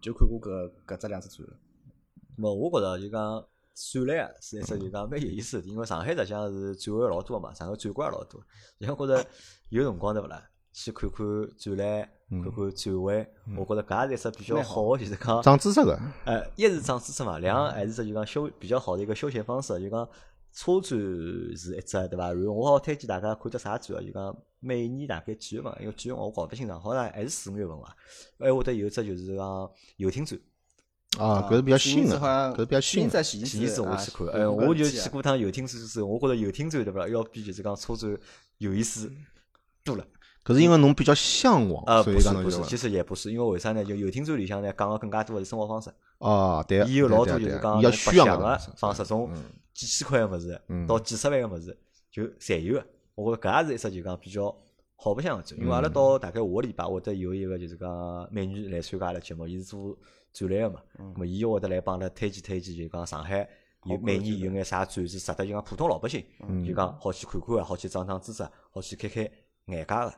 B: 就看过搿搿只两只展。
A: 咁么我觉着就讲展览啊是一只就讲蛮有意思的事体，因为上海实际上是展会老多个嘛，上海展馆也老多，就像觉着有辰光对勿啦，去看看展览，看看展会，我觉着搿也是一只比较好个，就是讲，
C: 长知识啊个。
A: 呃，一是长知识嘛，两还是只就讲休比较好的一个休闲方式，就讲。车展是一只对伐？然后我好推荐大家看只啥展啊？就讲每年大概几月份？因为几月份我搞勿清爽，好像还是四五月份哎伐？还会得有一只就是讲游艇展，
B: 哦
C: 啊，搿是比较新的，
B: 好像
C: 搿是比较新的。
B: 在前
A: 前一次我去
B: 啊
A: 看，哎，我就去过趟游艇展之后，我觉着游艇展对勿啦，要比就是讲车展有意思多了。
C: 搿是因为侬比较向往，
A: 呃，
C: 所
A: 不
C: 以
A: 是
C: 讲侬
A: 不，
C: 就是问
A: 其实也不是，因为为啥呢？就游艇展里向呢，讲个更加多的是生活方式，
C: 啊，对，
A: 伊有老多就
C: 对对啊
A: 是
C: 对
A: 讲
C: 伊要
A: 侬白
C: 需要
A: 相 <laughs>
C: 个
A: 个方式，从
C: 嗯
A: 几千块个物事到几十万个物事，就侪有个。我觉着搿也是一只就讲比较好白相个展，因为阿
C: 嗯
A: 拉到大概下个礼拜会得有一个就是讲美女来参加阿拉节目，伊是做展览个嘛，咾么伊会得来帮阿拉推荐推荐，就讲上海有每年
C: 嗯
A: 有眼啥展是值得就讲普通老百姓就讲好去看看啊，好去长长知识啊，好去开开眼界个。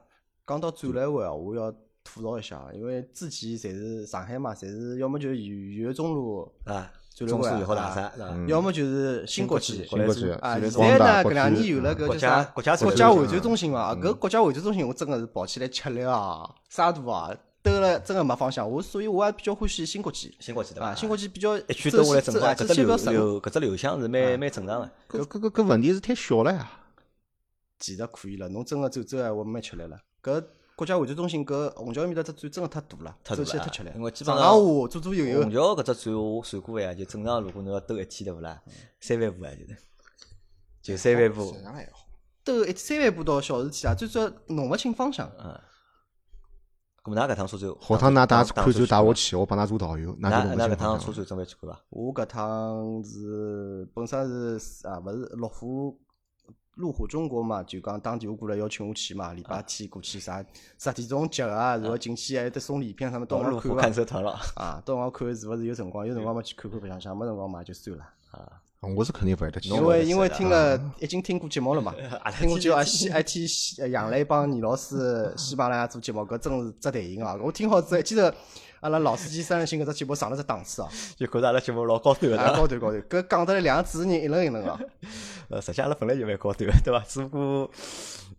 B: 讲到展览会啊，我要吐槽一下，因为之前侪是上海嘛，侪是要么就是圆圆中路
A: 啊，
B: 展览
A: 中
B: 会
A: 苏
B: 啊
A: 以后大厦，是吧
C: 嗯
B: 要么就是新国际。
A: 国来
C: 国
A: 是
C: 际
B: 啊，
C: 现
B: 现
C: 在光大
B: 在呢，
C: 国
B: 搿
C: 际
B: 两年有了
C: 嗯
B: 搿
A: 国
B: 叫
A: 家
B: 啥？
A: 国家
B: 国
A: 展
B: 家
A: 览
B: 环
A: 会
B: 球中心
A: 啊
B: 嘛，
A: 嗯
B: 搿国家环球中心我真个是跑起来吃力啊，沙土啊，兜了真个没方向。我所以我也比较欢喜新国际
A: 新国际对伐？
B: 啊，新国际比较
A: 一区
B: 走
A: 兜下来，
B: 走
A: 正常
B: 啊
A: 搿
B: 走
A: 只
B: 线比
A: 流
B: 较顺，
A: 流搿只流向是蛮蛮正常个。
C: 搿搿搿搿问题是太小了呀！
B: 其实可以了。侬真个走走闲话蛮吃力了。搿国家环球中心搿虹桥埃面搭只展真个太大了，
A: 太
B: 走
A: 大
B: 起来
A: 了啊
B: 太吃力。
A: 因为基本
B: 上
A: 上
B: 上下下左左右
A: 虹
B: 右，
A: 桥搿只展我算过呀，就正常如果侬要兜一天对勿啦，三万步啊，就是就三万步
C: 实际，上还好。
B: 兜一三万步到小事体啊，最主要弄勿清方向。
A: 嗯。咾么㑚搿趟车展，
C: 好趟㑚带
A: 当
C: 看展带我，去，我帮㑚做导游，㑚就
A: 当
C: 弄
A: 当时
C: 勿
A: 去㑚搿趟车展
C: 清方向了。
A: 准备去看伐？
B: 我搿趟是本身是啊，勿是路虎路虎中国嘛，就讲当地我过来邀请我去嘛，礼拜天过去啥十点钟集合啊，然后进去还得送礼品啥么，到
A: 路
B: 辰
A: 虎
B: 光
A: 看
B: 看伐？
A: 车团了
B: 啊，到辰光看是勿是有辰光，有辰光嘛去看看白相相，没辰光嘛就算了。
A: 啊，
C: 我是肯定勿会得去。
A: 侬
B: 因
A: 勿会
B: 为
A: 去
B: 因为
A: 的啊
B: 听了已经听过节目了嘛
A: 阿，
B: <laughs>
A: 拉
B: 听过
A: 天
B: 节目
A: 天
B: 啊西还天西呃杨澜帮倪老师西帮阿拉做节目，搿真是只电影啊！我听好之后，记得阿拉老司机三人行搿只节目上了只档次啊！
A: 就觉着阿拉节目老高端个，对
B: 啊，
A: 伐
B: 高头高头，搿讲得来两个主持人一愣一愣啊！
A: 呃，实际上阿拉本来就蛮高端个，对伐？只不过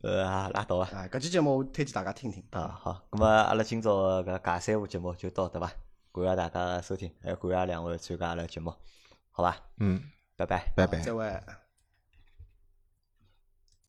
A: 呃啊拉倒啊。
B: 啊，搿期节目我推荐大家听听。
A: 啊，好，咁么阿拉今朝搿尬三胡节目就到对伐？感谢大家的收听，还有感谢两位参加阿拉的节目，好伐？
C: 嗯，
A: 拜拜。
C: 拜拜。
B: 再会。